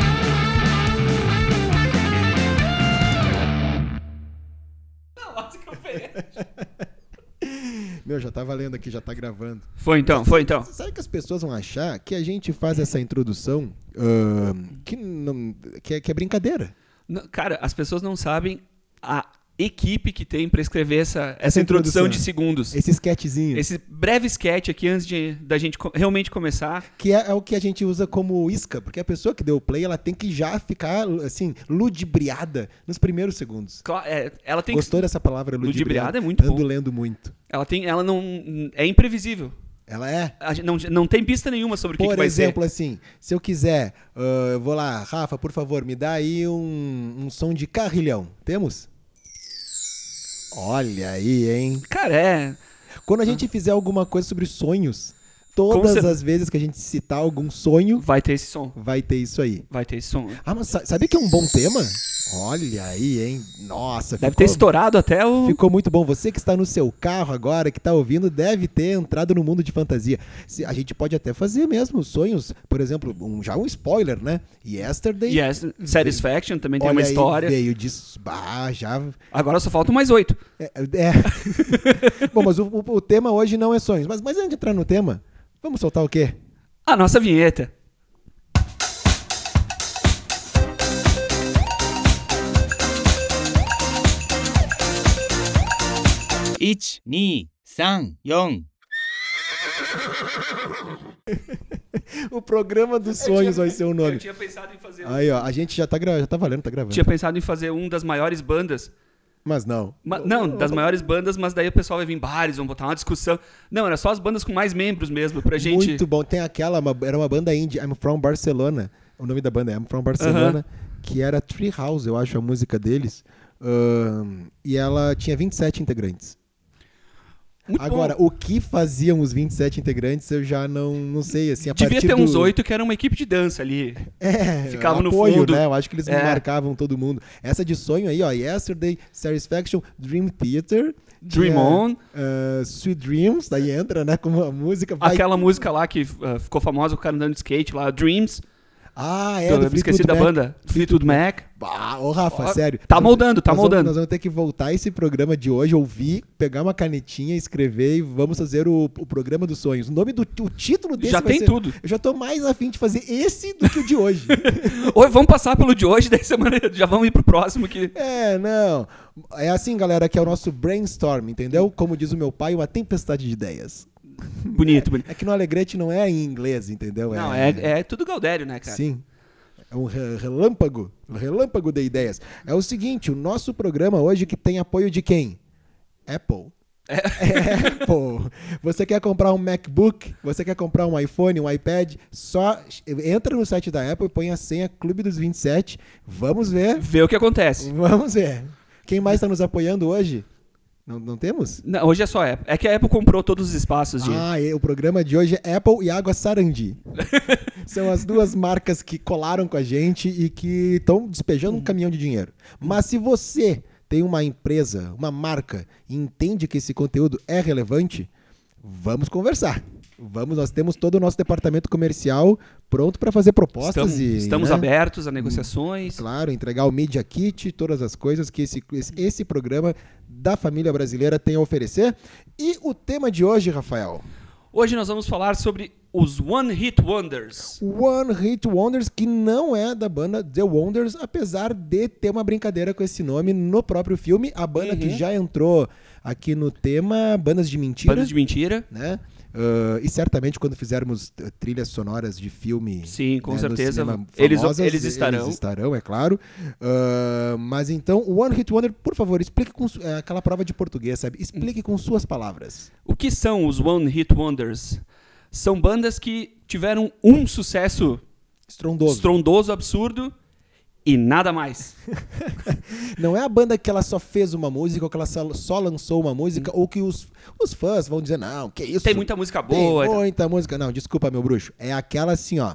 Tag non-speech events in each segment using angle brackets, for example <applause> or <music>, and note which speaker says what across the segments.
Speaker 1: <laughs>
Speaker 2: automático, Fê.
Speaker 3: Meu, já tá valendo aqui, já tá gravando.
Speaker 1: Foi então, foi então.
Speaker 3: Você sabe que as pessoas vão achar que a gente faz essa introdução ahn, que, não, que, é, que é brincadeira.
Speaker 1: Não, cara, as pessoas não sabem a equipe que tem pra escrever essa, essa,
Speaker 3: Essa
Speaker 1: introdução,
Speaker 3: introdução.
Speaker 1: de segundos. Esse,
Speaker 3: Esse sketchzinho.
Speaker 1: breve sketch aqui antes de, da gente co- realmente começar.
Speaker 3: Que é, é o que a gente usa como isca, porque a pessoa que deu o play, ela tem que já ficar, assim, ludibriada nos primeiros segundos.
Speaker 1: Cla- é, ela tem que-
Speaker 3: Gostou dessa palavra ludibriada?
Speaker 1: Ludibriada é muito
Speaker 3: Ando
Speaker 1: bom.
Speaker 3: lendo muito.
Speaker 1: ela tem, ela não é imprevisível.
Speaker 3: Ela é.
Speaker 1: A gente não, não tem pista nenhuma sobre o que,
Speaker 3: Por
Speaker 1: que vai
Speaker 3: exemplo, assim, se eu quiser, ah, eu vou lá, Rafa, por favor, me dá aí um, um som de carrilhão. Temos? Olha aí, hein?
Speaker 1: ser. Cara, é.
Speaker 3: Quando a gente fizer alguma coisa sobre sonhos, todas
Speaker 1: cer-
Speaker 3: as vezes que a gente citar algum sonho,
Speaker 1: Vai ter esse som.
Speaker 3: vai ter isso aí.
Speaker 1: Vai ter esse som.
Speaker 3: Ah, mas sa- sabia que é um bom tema? Olha aí, hein? Nossa,
Speaker 1: Deve ter um-
Speaker 3: ficou,
Speaker 1: estourado até o.
Speaker 3: ficou muito bom. Você que está no seu carro agora, que está ouvindo, deve ter entrado no mundo de fantasia. Se- a gente pode até fazer mesmo sonhos, por exemplo, um- já um spoiler, né? Yesterday.
Speaker 1: Yes, Satisfaction também tem
Speaker 3: Olha
Speaker 1: uma
Speaker 3: aí,
Speaker 1: história.
Speaker 3: veio de. Ah, já.
Speaker 1: Agora só faltam mais oito.
Speaker 3: É. é. <laughs> bom, mas o, o- o tema hoje não é sonhos. Mas, mas antes de entrar no tema, vamos soltar o quê?
Speaker 1: A nossa vinheta.
Speaker 4: It, ni, san, yon.
Speaker 3: O programa dos sonhos vai ser o nome.
Speaker 1: tinha pensado em fazer.
Speaker 3: Aí, ó, a gente já tá, gra... já tá valendo, tá gravando.
Speaker 1: É. Tinha pensado em fazer um das maiores bandas.
Speaker 3: Mas não.
Speaker 1: Ma- não, das maiores bandas, mas daí o pessoal vai vir em bares, vão botar uma discussão. Não, era só as bandas com mais membros mesmo, pra gente.
Speaker 3: Muito bom. Tem aquela, uma- era uma banda indie, I'm From Barcelona. O nome da banda é I'm From Barcelona, que era Treehouse, eu acho, a música deles. Ahn, e ela tinha 27 integrantes.
Speaker 1: Muito
Speaker 3: Agora, o que faziam os 27 integrantes, eu já não, não sei, assim, a
Speaker 1: Devia
Speaker 3: partir
Speaker 1: ter uns
Speaker 3: do-
Speaker 1: oito que era uma equipe de dança ali.
Speaker 3: É,
Speaker 1: Ficavam no
Speaker 3: apoio,
Speaker 1: fundo.
Speaker 3: né? Eu acho que eles
Speaker 1: É.
Speaker 3: marcavam todo mundo. Essa de sonho aí, ó, Yesterday, Satisfaction, Dream Theater.
Speaker 1: Dream
Speaker 3: tinha,
Speaker 1: On.
Speaker 3: ah, Sweet Dreams, daí entra, né, com uma música. vai-
Speaker 1: Aquela música lá que ah, ficou famosa, o cara andando de skate lá, Dreams.
Speaker 3: Ah, é,
Speaker 1: eu
Speaker 3: do
Speaker 1: me esqueci
Speaker 3: Fleetwood
Speaker 1: da
Speaker 3: Mac.
Speaker 1: banda. Fleetwood Mac.
Speaker 3: Bah, ô Rafa,
Speaker 1: Ó,
Speaker 3: sério.
Speaker 1: Tá
Speaker 3: Nós-
Speaker 1: moldando, tá
Speaker 3: nós Vamos,
Speaker 1: moldando.
Speaker 3: nós vamos ter que voltar esse programa de hoje, ouvir, pegar uma canetinha, escrever e vamos fazer o, o programa dos sonhos. O nome do o título desse
Speaker 1: Já
Speaker 3: vai
Speaker 1: tem
Speaker 3: ser-
Speaker 1: tudo.
Speaker 3: Eu já tô mais afim de fazer esse do que o
Speaker 1: <laughs>
Speaker 3: de hoje.
Speaker 1: Oi, vamos passar pelo de hoje, <laughs> daí semana já vamos ir pro próximo
Speaker 3: <laughs>
Speaker 1: que.
Speaker 3: é, não. É assim, galera, que é o nosso brainstorm, entendeu? Como diz o meu pai, uma tempestade de ideias.
Speaker 1: Bonito, bonito.
Speaker 3: É que no Alegrete não é em inglês, entendeu?
Speaker 1: Não, é, é tudo Gaudério, né, cara?
Speaker 3: Sim. É um re- relâmpago, um relâmpago de ideias. É o seguinte, o nosso programa hoje que tem apoio de quem? Apple.
Speaker 1: É.
Speaker 3: <laughs> Apple. Você quer comprar um MacBook? Você quer comprar um iPhone, um iPad? Só entra no site da Apple e põe a senha Clube dos 27. Vamos ver.
Speaker 1: Vê o que acontece.
Speaker 3: Vamos ver. Quem mais está nos apoiando hoje? Não, não temos?
Speaker 1: Não, hoje é só a Apple. É que a Apple comprou todos os espaços de.
Speaker 3: Ah, e o programa de hoje é Apple e Água Sarandi. São as duas marcas que colaram com a gente e que estão despejando um caminhão de dinheiro. Mas se você tem uma empresa, uma marca e entende que esse conteúdo é relevante, vamos conversar. Vamos, nós temos todo o nosso departamento comercial pronto para fazer propostas
Speaker 1: estamos
Speaker 3: e
Speaker 1: estamos
Speaker 3: né?
Speaker 1: abertos a negociações.
Speaker 3: Claro, entregar o Media Kit, todas as coisas que esse, esse- esse programa da família brasileira tem a oferecer. E o tema de hoje, Rafael,
Speaker 1: Hoje nós vamos falar sobre os One Hit Wonders.
Speaker 3: One Hit Wonders, que não é da banda The Wonders, apesar de ter uma brincadeira com esse nome no próprio filme. A banda
Speaker 1: Uhum.
Speaker 3: que já entrou aqui no tema, Bandas de Mentira,
Speaker 1: Bandas de mentira.
Speaker 3: né? Ah, e certamente quando fizermos eh, trilhas sonoras de filme
Speaker 1: Sim, com
Speaker 3: né, no
Speaker 1: certeza.
Speaker 3: cinema
Speaker 1: Eles,
Speaker 3: famosas,
Speaker 1: eles estarão.
Speaker 3: Eles estarão, é claro. Ah, mas então, o One Hit Wonder, por favor, explique com su- é aquela prova de português, sabe? Explique com suas palavras.
Speaker 1: O que são os One Hit Wonders? São bandas que tiveram um sucesso
Speaker 3: Estrondoso.
Speaker 1: estrondoso, absurdo e nada mais.
Speaker 3: Não é a banda que ela só fez uma música, ou que ela só- só lançou uma música, ou que os, os fãs vão dizer, não, que isso.
Speaker 1: Hum. Tem muita música
Speaker 3: Tem
Speaker 1: boa. tá?
Speaker 3: muita música. Não, desculpa, meu bruxo. É aquela assim, ó.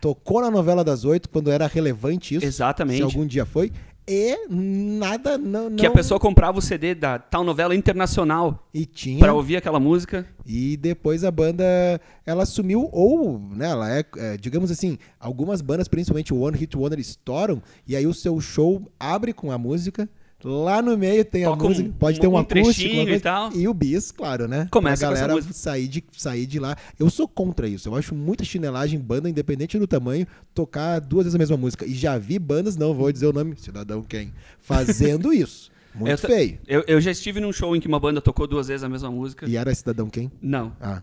Speaker 3: Tocou na novela das oito, quando era relevante isso.
Speaker 1: Exatamente.
Speaker 3: Se algum dia foi. E nada, não.
Speaker 1: Que a
Speaker 3: não-
Speaker 1: pessoa comprava o CD da tal novela internacional
Speaker 3: E tinha.
Speaker 1: pra ouvir aquela música.
Speaker 3: E depois a banda, ela sumiu, ou, né, ela é, é, digamos assim, algumas bandas, principalmente o One Hit Wonder, estouram, e aí o seu show abre com a música, Lá no meio tem
Speaker 1: Toca
Speaker 3: a
Speaker 1: um-
Speaker 3: música, pode
Speaker 1: um-
Speaker 3: ter um,
Speaker 1: um
Speaker 3: acústico
Speaker 1: trechinho
Speaker 3: uma
Speaker 1: e
Speaker 3: coisa.
Speaker 1: tal.
Speaker 3: E o bis, claro, né?
Speaker 1: Começa
Speaker 3: pra
Speaker 1: com essa
Speaker 3: galera
Speaker 1: música.
Speaker 3: sair de sair de lá. Eu sou contra isso. Eu acho muita chinelagem banda independente do tamanho tocar duas vezes a mesma música. E já vi bandas, não vou dizer o nome, cidadão quem,
Speaker 1: <laughs>
Speaker 3: fazendo isso. Muito
Speaker 1: Eu ta-
Speaker 3: feio.
Speaker 1: Eu, eu já estive num show em que uma banda tocou duas vezes a mesma música.
Speaker 3: E era cidadão quem?
Speaker 1: Não.
Speaker 3: Ah.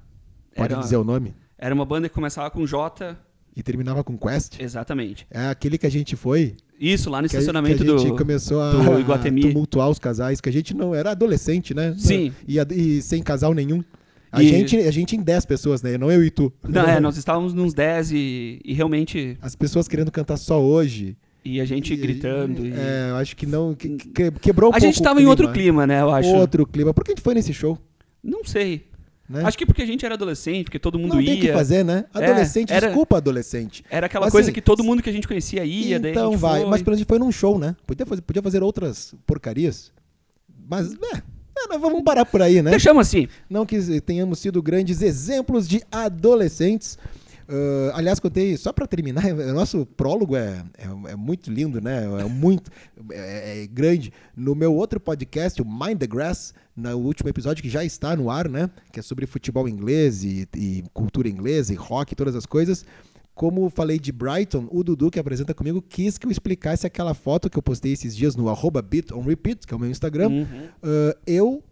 Speaker 3: Pode
Speaker 1: Era-
Speaker 3: dizer o nome?
Speaker 1: Era uma banda que começava com J.
Speaker 3: E terminava com Quest?
Speaker 1: Exatamente.
Speaker 3: É aquele que a gente foi,
Speaker 1: Isso, lá no
Speaker 3: que a,
Speaker 1: estacionamento
Speaker 3: que a gente
Speaker 1: do.
Speaker 3: começou a,
Speaker 1: do
Speaker 3: a
Speaker 1: Iguatemi.
Speaker 3: tumultuar os casais, que a gente não era adolescente, né?
Speaker 1: Sim.
Speaker 3: E, a- e sem casal nenhum. A,
Speaker 1: E-
Speaker 3: gente, a gente em 10 pessoas, né? Não eu e tu.
Speaker 1: Não, é, nós estávamos nos 10 e, e realmente.
Speaker 3: As pessoas querendo cantar só hoje.
Speaker 1: E a gente
Speaker 3: E-
Speaker 1: gritando. e-
Speaker 3: É, eu acho que não. que- que- quebrou um
Speaker 1: a
Speaker 3: pouco
Speaker 1: gente
Speaker 3: o
Speaker 1: tava em outro clima, né? Eu acho.
Speaker 3: Outro clima. Por que a gente foi nesse show?
Speaker 1: Não sei.
Speaker 3: Né?
Speaker 1: Acho que porque a gente era adolescente, porque todo mundo
Speaker 3: não
Speaker 1: ia.
Speaker 3: tem o que fazer, né?
Speaker 1: É,
Speaker 3: Adolescente,
Speaker 1: era-
Speaker 3: desculpa, adolescente.
Speaker 1: Era aquela
Speaker 3: Mas,
Speaker 1: coisa
Speaker 3: assim,
Speaker 1: que todo mundo que a gente conhecia ia, daí a
Speaker 3: então
Speaker 1: gente
Speaker 3: vai.
Speaker 1: foi.
Speaker 3: Mas pelo menos a gente foi num show, né? Podia fazer, podia fazer outras porcarias. Mas, é, é, nós vamos parar por aí, né?
Speaker 1: Deixamos assim.
Speaker 3: Não que tenhamos sido grandes exemplos de adolescentes. Ah, aliás, contei, só para terminar, <laughs> o nosso prólogo é, é, é muito lindo, né? É muito é, é grande. No meu outro podcast, o Mind the Grass, no último episódio que já está no ar, né? Que é sobre futebol inglês e, e cultura inglesa e rock, todas as coisas. Como falei de Brighton, o Dudu que apresenta comigo quis que eu explicasse aquela foto que eu postei esses dias no arroba beat on repeat, que é o meu Instagram.
Speaker 1: Hum. Uhum.
Speaker 3: Ah, eu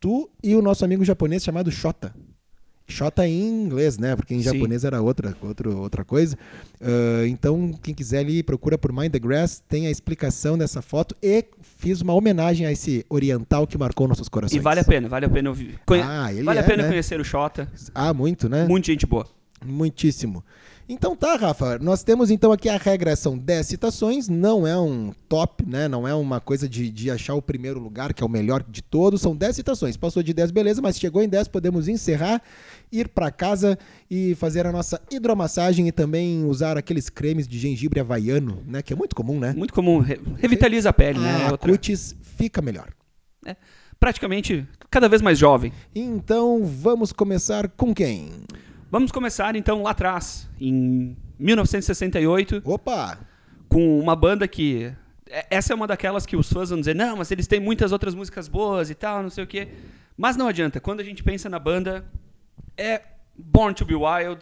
Speaker 3: tu e o nosso amigo japonês chamado Shota. Shota em inglês, né? Porque em
Speaker 1: Sim.
Speaker 3: japonês era outra, outro, outra coisa. Ah, então, quem quiser ali, procura por Mind the Grass, tem a explicação dessa foto e fiz uma homenagem a esse oriental que marcou nossos
Speaker 1: E
Speaker 3: corações.
Speaker 1: vale a pena, vale a pena ouvir. Conhe-
Speaker 3: é Ah, ele
Speaker 1: vale
Speaker 3: é,
Speaker 1: a pena
Speaker 3: né?
Speaker 1: conhecer o Xota.
Speaker 3: Ah, muito, né?
Speaker 1: Muita gente boa.
Speaker 3: Muitíssimo. Então tá, Rafa, nós temos então aqui a regra, são 10 citações, não é um top, né? Não é uma coisa de, de achar o primeiro lugar, que é o melhor de todos, são 10 citações. Passou de 10, beleza, mas chegou em 10, podemos encerrar, ir pra casa e fazer a nossa hidromassagem e também usar aqueles cremes de gengibre havaiano, né? Que é Ah, muito comum, né?
Speaker 1: Muito comum. re- Revitaliza a pele, né?
Speaker 3: a
Speaker 1: É outra-
Speaker 3: cutis fica melhor.
Speaker 1: Praticamente cada vez mais jovem.
Speaker 3: Então vamos começar com quem?
Speaker 1: Vamos começar então lá atrás, em 1968,
Speaker 3: Opa!
Speaker 1: com uma banda que. é- Essa é uma daquelas que os fãs vão dizer, não, mas eles têm muitas outras músicas boas e tal, não sei o quê. Mas não adianta, quando a gente pensa na banda, é Born to Be Wild,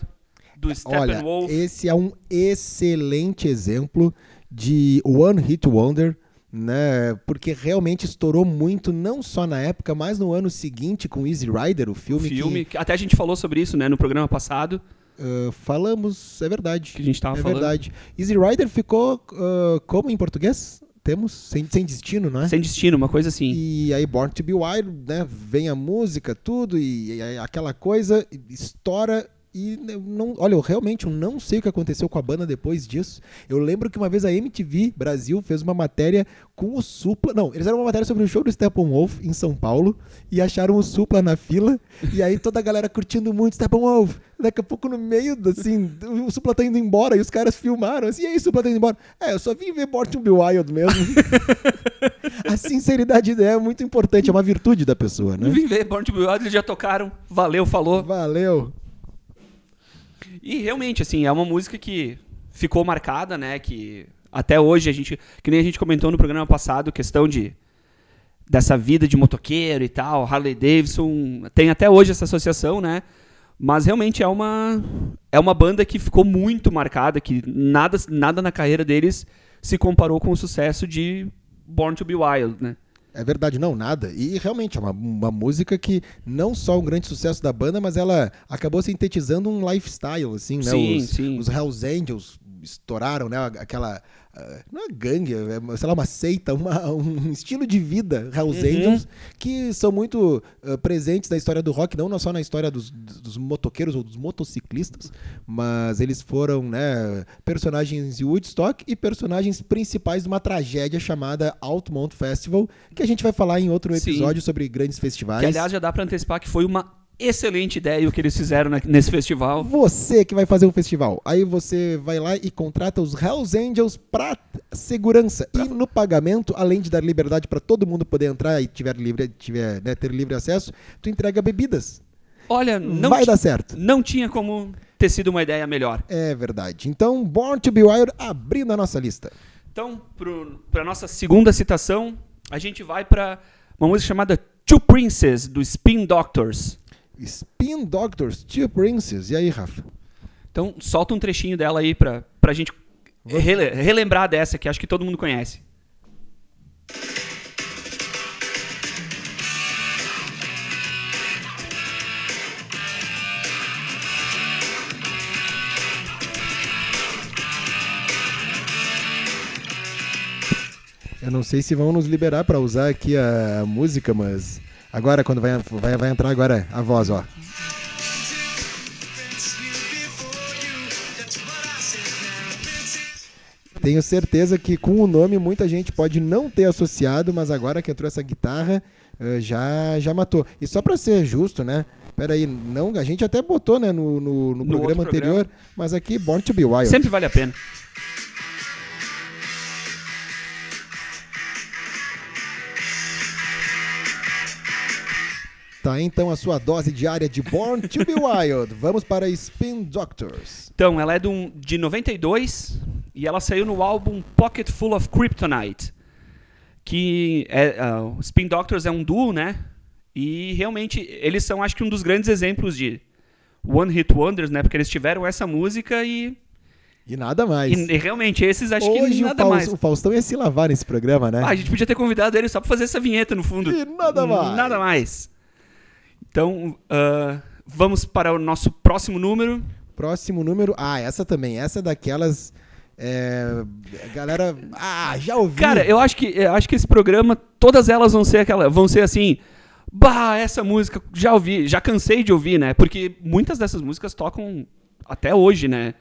Speaker 1: do
Speaker 3: Olha,
Speaker 1: Steppenwolf.
Speaker 3: esse é um excelente exemplo de One Hit Wonder, né? Porque realmente estourou muito, não só na época, mas no ano seguinte com Easy Rider, o
Speaker 1: o
Speaker 3: um filme,
Speaker 1: filme, que até a gente falou sobre isso, né, no programa passado,
Speaker 3: que ah, falamos, é verdade.
Speaker 1: que a gente tava
Speaker 3: é
Speaker 1: falando.
Speaker 3: verdade. Easy Rider ficou ah, como em português? Temos? Sem, sem destino, não é?
Speaker 1: Sem destino, uma coisa assim.
Speaker 3: E aí Born to be Wild, né? Vem a música, tudo, e, e aí aquela coisa estoura. E eu não, olha, eu realmente eu não sei o que aconteceu com a banda depois disso. Eu lembro que uma vez a MTV Brasil fez uma matéria com o Supla. Não, eles eram uma matéria sobre o show do Steppenwolf em São Paulo e acharam o Supla na fila. E aí toda a galera curtindo muito Steppenwolf. Daqui a pouco, no meio, do- assim, o Supla tá indo embora e os caras filmaram. Assim, e aí, o Supla tá indo embora? É, eu só vim ver Born to be Wild mesmo. A sinceridade é muito importante, é uma virtude da pessoa,
Speaker 1: Não <laughs>
Speaker 3: né?
Speaker 1: vim ver Born to Be Wild, eles já tocaram, valeu, falou.
Speaker 3: Valeu.
Speaker 1: E realmente, assim, é uma música que ficou marcada, né? Que até hoje a gente. Que nem a gente comentou no programa passado, questão de. Dessa vida de motoqueiro e tal, Harley Davidson. Tem até hoje essa associação, né? Mas realmente é uma. É uma banda que ficou muito marcada, que nada, nada na carreira deles se comparou com o sucesso de Born to Be Wild, né?
Speaker 3: É verdade, não, nada. E realmente é uma, uma música que não só um grande sucesso da banda, mas ela acabou sintetizando um lifestyle, assim, né?
Speaker 1: Sim,
Speaker 3: os,
Speaker 1: sim.
Speaker 3: os Hells Angels estouraram, né? Aquela. ah, Não é gangue, é, sei lá, uma seita, uma- um estilo de vida, Hells
Speaker 1: Uhum.
Speaker 3: Angels, que são muito ah, presentes na história do rock, não só na história dos, dos motoqueiros ou dos motociclistas, mas eles foram, né, personagens de Woodstock e personagens principais de uma tragédia chamada Altamont Festival, que a gente vai falar em outro
Speaker 1: Sim.
Speaker 3: episódio sobre grandes festivais.
Speaker 1: Que aliás já dá pra antecipar que foi uma excelente ideia o que eles fizeram na- nesse festival.
Speaker 3: Você que vai fazer um festival. Aí você vai lá e contrata os Hells Angels pra segurança. E no pagamento, além de dar liberdade pra todo mundo poder entrar e tiver livre, tiver, né, ter livre acesso, tu entrega bebidas.
Speaker 1: Olha, não
Speaker 3: vai
Speaker 1: ti-
Speaker 3: dar certo.
Speaker 1: não tinha como ter sido uma ideia melhor.
Speaker 3: É verdade. Então, Born to be Wild abrindo a nossa lista.
Speaker 1: Então, para nossa segunda citação, A gente vai pra uma música chamada Two Princes, do Spin Doctors.
Speaker 3: Spin Doctors, Two Princes. E aí, Rafa?
Speaker 1: Então, solta um trechinho dela aí pra, pra gente rele- relembrar dessa que acho que todo mundo conhece.
Speaker 3: Eu não sei se vão nos liberar pra usar aqui a música, mas agora quando vai, vai, vai entrar agora a voz, ó. Tenho certeza que com o nome muita gente pode não ter associado, mas agora que entrou essa guitarra eh, já já matou. E só pra ser justo, né? Peraí, não, a gente até botou, né, no, no, no
Speaker 1: No
Speaker 3: programa
Speaker 1: outro
Speaker 3: anterior, mas aqui Born to Be Wild.
Speaker 1: Sempre vale a pena.
Speaker 3: Tá então a sua dose diária de Born to Be Wild. Vamos para Spin Doctors.
Speaker 1: Então, ela é de, um, de 92 e ela saiu no álbum Pocket Full of Kryptonite. Que é, ah, o Spin Doctors é um duo, né? E realmente eles são, acho que, um dos grandes exemplos de One Hit Wonders, né? Porque eles tiveram essa música e,
Speaker 3: E nada mais.
Speaker 1: e realmente esses acho
Speaker 3: Hoje
Speaker 1: que
Speaker 3: o,
Speaker 1: nada
Speaker 3: Faus-
Speaker 1: mais.
Speaker 3: o Faustão ia se lavar nesse programa, né?
Speaker 1: Ah, a gente podia ter convidado ele só pra fazer essa vinheta no fundo. Hum,
Speaker 3: E nada mais.
Speaker 1: Nada mais. Então, ah, vamos para o nosso próximo número.
Speaker 3: Próximo número. Ah, essa também. Essa é daquelas. É, galera. Ah, já ouvi.
Speaker 1: Cara, eu acho que eu acho que esse programa, todas elas vão ser aquela, vão ser assim, bah, essa música já ouvi, já cansei de ouvir, né? Porque muitas dessas músicas tocam até hoje, né?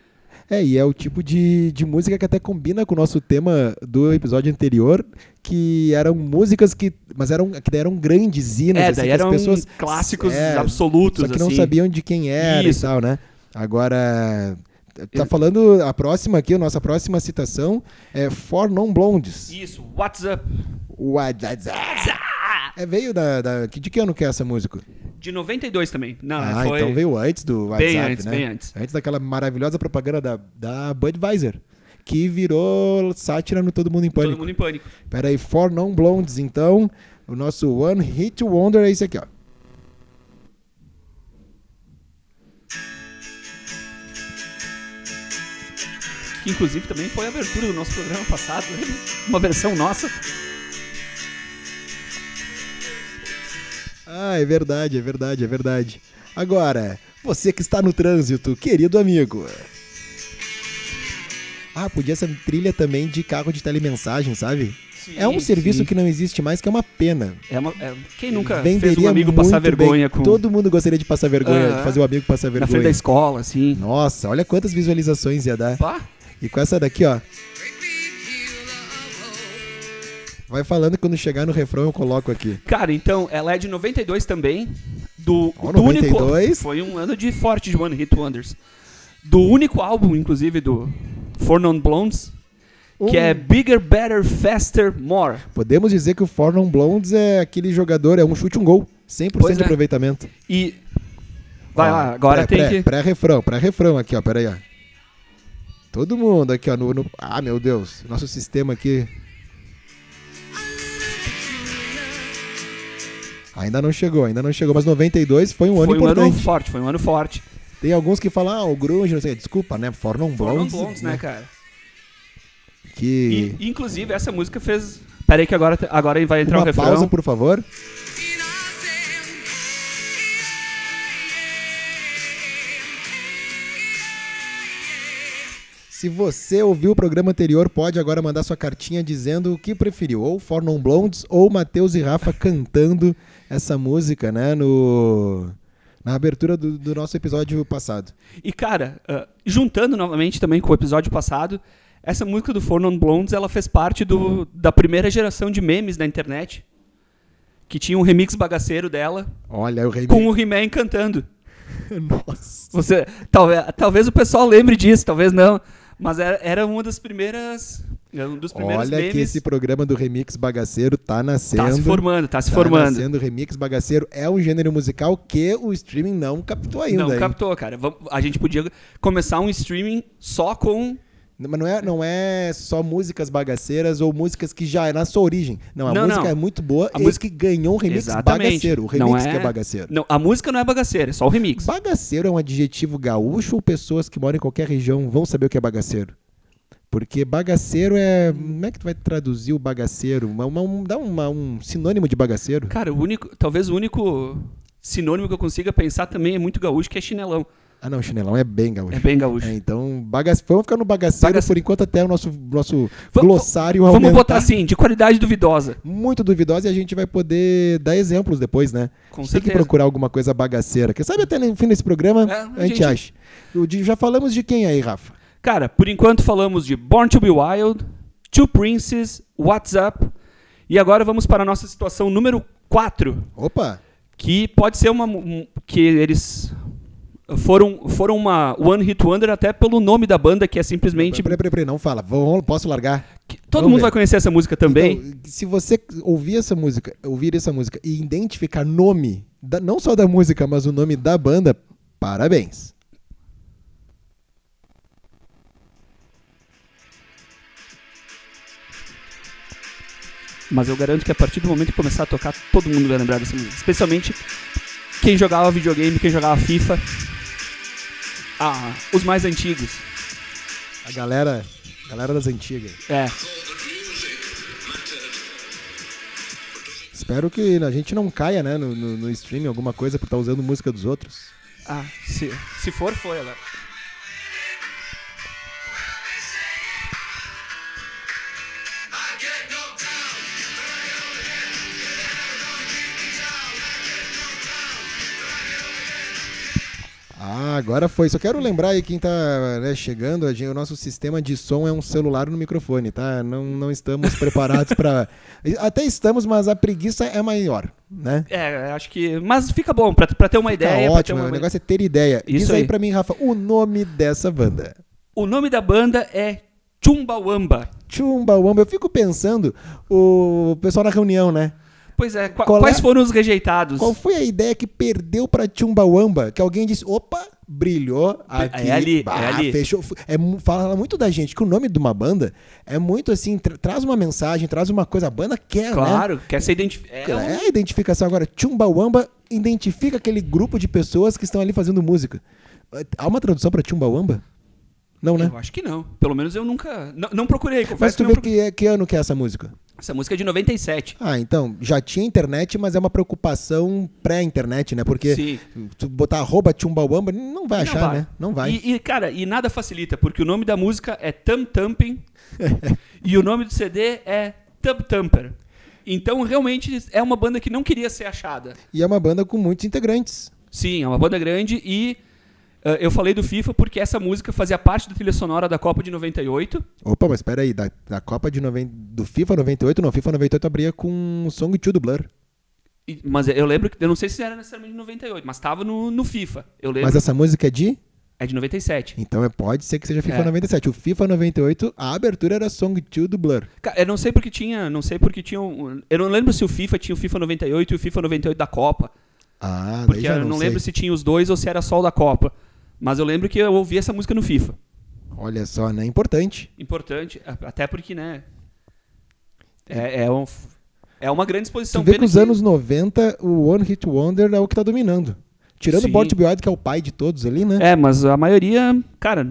Speaker 3: É, e é o tipo de, de música que até combina com o nosso tema do episódio anterior, que eram músicas que. Mas eram, que daí eram grandes hinos,
Speaker 1: é,
Speaker 3: assim,
Speaker 1: daí
Speaker 3: que as
Speaker 1: eram
Speaker 3: pessoas.
Speaker 1: clássicos
Speaker 3: É,
Speaker 1: absolutos,
Speaker 3: Só que não
Speaker 1: assim.
Speaker 3: sabiam de quem era
Speaker 1: Isso.
Speaker 3: e tal, né? Agora. Tá falando a próxima aqui, a nossa próxima citação é For Non Blondes.
Speaker 1: Isso, WhatsApp
Speaker 3: Uai, zá, zá. É, veio da, da. que- De que ano que é essa música?
Speaker 1: de 92 também. Não,
Speaker 3: ah,
Speaker 1: foi
Speaker 3: então veio antes do WhatsApp,
Speaker 1: Bem antes,
Speaker 3: né?
Speaker 1: bem antes.
Speaker 3: daquela maravilhosa propaganda da, da Budweiser, que virou sátira no Todo Mundo em
Speaker 1: todo
Speaker 3: Pânico.
Speaker 1: mundo em pânico.
Speaker 3: Pera aí, For Non Blondes, então. O nosso One Hit Wonder é esse aqui, ó.
Speaker 1: Que inclusive também foi a abertura do nosso programa passado, lembra? uma versão nossa.
Speaker 3: Ah, é verdade, é verdade, é verdade. Agora, você que está no trânsito, querido amigo. Ah, podia ser trilha também de carro de telemensagem, sabe? é um serviço que não existe mais, que é uma pena.
Speaker 1: É uma- é- quem nunca fez
Speaker 3: Venderia
Speaker 1: um amigo
Speaker 3: muito
Speaker 1: passar
Speaker 3: bem.
Speaker 1: vergonha com
Speaker 3: Todo mundo gostaria de passar vergonha,
Speaker 1: Aham.
Speaker 3: de fazer o amigo passar
Speaker 1: na frente
Speaker 3: vergonha.
Speaker 1: da escola, assim.
Speaker 3: Nossa, olha quantas visualizações ia dar.
Speaker 1: Pá.
Speaker 3: E com essa daqui, ó. Vai falando que quando chegar no refrão eu coloco aqui.
Speaker 1: Cara, então, ela é de 92 também. Do,
Speaker 3: Ó,
Speaker 1: do
Speaker 3: 92.
Speaker 1: único. Foi um ano de forte de One Hit Wonders. Do único álbum, inclusive, do For Non Blondes,
Speaker 3: Um.
Speaker 1: que é Bigger, Better, Faster, More.
Speaker 3: Podemos dizer que o Fornum Blondes é aquele jogador, é um chute um gol, 100%
Speaker 1: Pois
Speaker 3: de
Speaker 1: é.
Speaker 3: aproveitamento.
Speaker 1: E. Vai
Speaker 3: Ó,
Speaker 1: lá, agora
Speaker 3: pré,
Speaker 1: tem
Speaker 3: pré,
Speaker 1: que.
Speaker 3: Pré-refrão, pré-refrão aqui, ó, peraí, ó. Todo mundo aqui, ó, no, no- Ah, meu Deus, nosso sistema aqui... Ainda não chegou, ainda não chegou, mas 92 foi um ano
Speaker 1: Foi um ano
Speaker 3: importante.
Speaker 1: forte, foi um ano forte.
Speaker 3: Tem alguns que falam, ah, o grunge, não sei, desculpa, né, Fornum
Speaker 1: For Non
Speaker 3: Blondes,
Speaker 1: Blondes, né, cara?
Speaker 3: que...
Speaker 1: E, inclusive, essa música fez. Pera aí que agora, agora vai entrar o
Speaker 3: Uma
Speaker 1: refrão.
Speaker 3: pausa, por favor. Se você ouviu o programa anterior, pode agora mandar sua cartinha dizendo o que preferiu, ou Fornon Blondes ou Matheus e Rafa cantando essa música, né, no na abertura do, do nosso episódio passado.
Speaker 1: E, cara, ah, juntando novamente também com o episódio passado, essa música do Four Non Blondes, ela fez parte do, da primeira geração de memes da internet, que tinha um remix bagaceiro dela,
Speaker 3: Olha, o rei
Speaker 1: com o He-Man cantando.
Speaker 3: Nossa.
Speaker 1: Você, talvez, talvez o pessoal lembre disso, talvez não, mas era, era uma das primeiras... era Um dos primeiros
Speaker 3: Olha
Speaker 1: memes
Speaker 3: que esse programa do Remix Bagaceiro tá nascendo.
Speaker 1: tá se formando, tá se
Speaker 3: Tá
Speaker 1: formando.
Speaker 3: nascendo, remix bagaceiro é um gênero musical que o streaming não captou ainda.
Speaker 1: Não
Speaker 3: hein?
Speaker 1: captou, cara. Vam- A gente podia começar um streaming só com
Speaker 3: Mas não é, não é só músicas bagaceiras ou músicas que já é na sua origem. Não, a
Speaker 1: Não,
Speaker 3: música
Speaker 1: não.
Speaker 3: é muito boa.
Speaker 1: A
Speaker 3: e
Speaker 1: música-
Speaker 3: que ganhou um remix
Speaker 1: Exatamente.
Speaker 3: bagaceiro. O
Speaker 1: Não
Speaker 3: remix
Speaker 1: é-
Speaker 3: que é bagaceiro.
Speaker 1: Não, a música não é bagaceira, é só o remix.
Speaker 3: Bagaceiro é um adjetivo gaúcho ou pessoas que moram em qualquer região vão saber o que é bagaceiro? Porque bagaceiro é. Como é que tu vai traduzir o bagaceiro? Uma- uma- um- dá uma- um sinônimo de bagaceiro.
Speaker 1: Cara, o único, talvez o único sinônimo que eu consiga pensar também é muito gaúcho, que é chinelão.
Speaker 3: Ah, não, chinelão é bem gaúcho.
Speaker 1: É bem gaúcho.
Speaker 3: É, então, bagace... vamos ficar no bagaceiro
Speaker 1: Bagace-
Speaker 3: por enquanto até o nosso, nosso
Speaker 1: Va-
Speaker 3: glossário
Speaker 1: Vamos
Speaker 3: aumentar.
Speaker 1: botar assim, de qualidade duvidosa.
Speaker 3: Muito duvidosa e a gente vai poder dar exemplos depois, né?
Speaker 1: Com
Speaker 3: a gente tem que
Speaker 1: certeza.
Speaker 3: procurar alguma coisa bagaceira. Quem sabe até no fim desse programa
Speaker 1: É,
Speaker 3: a, gente, acha. O de- Já falamos de quem aí, Rafa?
Speaker 1: Cara, por enquanto falamos de Born to Be Wild, Two Princes, What's Up. E agora vamos para a nossa situação número 4,
Speaker 3: Opa!
Speaker 1: que pode ser uma um- que eles foram foram uma one hit wonder até pelo nome da banda que é simplesmente
Speaker 3: Peraí, peraí, peraí, não fala. Vou- posso largar?
Speaker 1: que todo
Speaker 3: vamos
Speaker 1: mundo
Speaker 3: ver.
Speaker 1: vai conhecer essa música também.
Speaker 3: Então, se você ouvir essa música, ouvir essa música e identificar nome, da- não só da música, mas o nome da banda, parabéns.
Speaker 1: Mas eu garanto que a partir do momento que começar a tocar, todo mundo vai lembrar dessa música. Especialmente quem jogava videogame, quem jogava FIFA. Ah, os mais antigos.
Speaker 3: A galera, a galera das antigas.
Speaker 1: É.
Speaker 3: Espero que a gente não caia, né, no, no, no streaming alguma coisa por estar usando música dos outros.
Speaker 1: Ah, se, se for, foi agora.
Speaker 3: Ah, agora foi. Só quero lembrar aí quem tá né, chegando, a gente- o nosso sistema de som é um celular no microfone, tá? Não, não estamos preparados
Speaker 1: <laughs>
Speaker 3: para Até estamos, mas a preguiça é maior, né?
Speaker 1: É, acho que. Mas fica bom, pra, pra ter uma
Speaker 3: Tá
Speaker 1: ideia. pra ter
Speaker 3: ótimo,
Speaker 1: uma-
Speaker 3: o negócio é ter ideia.
Speaker 1: Isso
Speaker 3: Diz aí,
Speaker 1: aí.
Speaker 3: pra mim, Rafa, o nome dessa banda.
Speaker 1: O nome da banda é Chumbawamba.
Speaker 3: Chumbawamba, eu fico pensando, o pessoal na reunião, né?
Speaker 1: Pois é, qua-
Speaker 3: Qual é-
Speaker 1: quais foram os rejeitados?
Speaker 3: Qual foi a ideia que perdeu pra Chumbawamba? Que alguém disse, opa, brilhou aqui.
Speaker 1: é ali, é ali.
Speaker 3: Fechou. É mu- fala muito da gente, que o nome de uma banda é muito assim, tra- traz uma mensagem, traz uma coisa, a banda quer, né?
Speaker 1: Claro, um quer ser identificado.
Speaker 3: É a identificação agora. Chumbawamba identifica aquele grupo de pessoas que estão ali fazendo música. Há uma tradução pra Chumbawamba? Não, né?
Speaker 1: Eu acho que não. Pelo menos eu nunca. Não, não procurei,
Speaker 3: Mas
Speaker 1: confesso que
Speaker 3: tu
Speaker 1: não
Speaker 3: vê
Speaker 1: procurei.
Speaker 3: que, é- que ano que é essa música?
Speaker 1: Essa música é de 97.
Speaker 3: Ah, então, já tinha internet, mas é uma preocupação pré-internet, né? Porque
Speaker 1: Sim.
Speaker 3: tu botar arroba Chumbawamba não vai
Speaker 1: Não
Speaker 3: achar, né? Não vai.
Speaker 1: E, e, cara, e nada facilita, porque o nome da música é Tam
Speaker 3: <laughs>
Speaker 1: Tamping e o nome do CD é Tub Tamper. Então, realmente, é uma banda que não queria ser achada.
Speaker 3: E é uma banda com muitos integrantes.
Speaker 1: Sim, é uma banda grande e eh, eu falei do FIFA porque essa música fazia parte da trilha sonora da Copa de 98.
Speaker 3: Opa, mas peraí, da, da Copa de 90, do FIFA 98, não, FIFA 98 abria com o Song 2 do Blur.
Speaker 1: E- mas eu lembro que, eu não sei se era necessariamente de 98, mas estava no, no FIFA. Eu lembro.
Speaker 3: Mas essa música é de?
Speaker 1: É de 97.
Speaker 3: Então é, pode ser que seja FIFA
Speaker 1: É.
Speaker 3: 97. O FIFA 98, a abertura era Song 2 do Blur.
Speaker 1: Ca- Eu não sei porque tinha, não sei porque tinha, um- eu não lembro se o FIFA tinha o FIFA 98 e o FIFA 98 da Copa.
Speaker 3: Ah, daí
Speaker 1: Porque
Speaker 3: já
Speaker 1: eu não,
Speaker 3: sei.
Speaker 1: lembro se tinha os dois ou se era só o da Copa. Mas eu lembro que eu ouvi essa música no FIFA.
Speaker 3: Olha só, né? Importante.
Speaker 1: Importante, a- até porque, né? É, é, um, é uma grande exposição.
Speaker 3: Tu vê
Speaker 1: Pena
Speaker 3: que os
Speaker 1: que-
Speaker 3: anos 90, o One Hit Wonder é o que tá dominando. Tirando o
Speaker 1: Sim.
Speaker 3: Born to Be Wild, que é o pai de todos ali, né?
Speaker 1: É, mas a maioria, cara,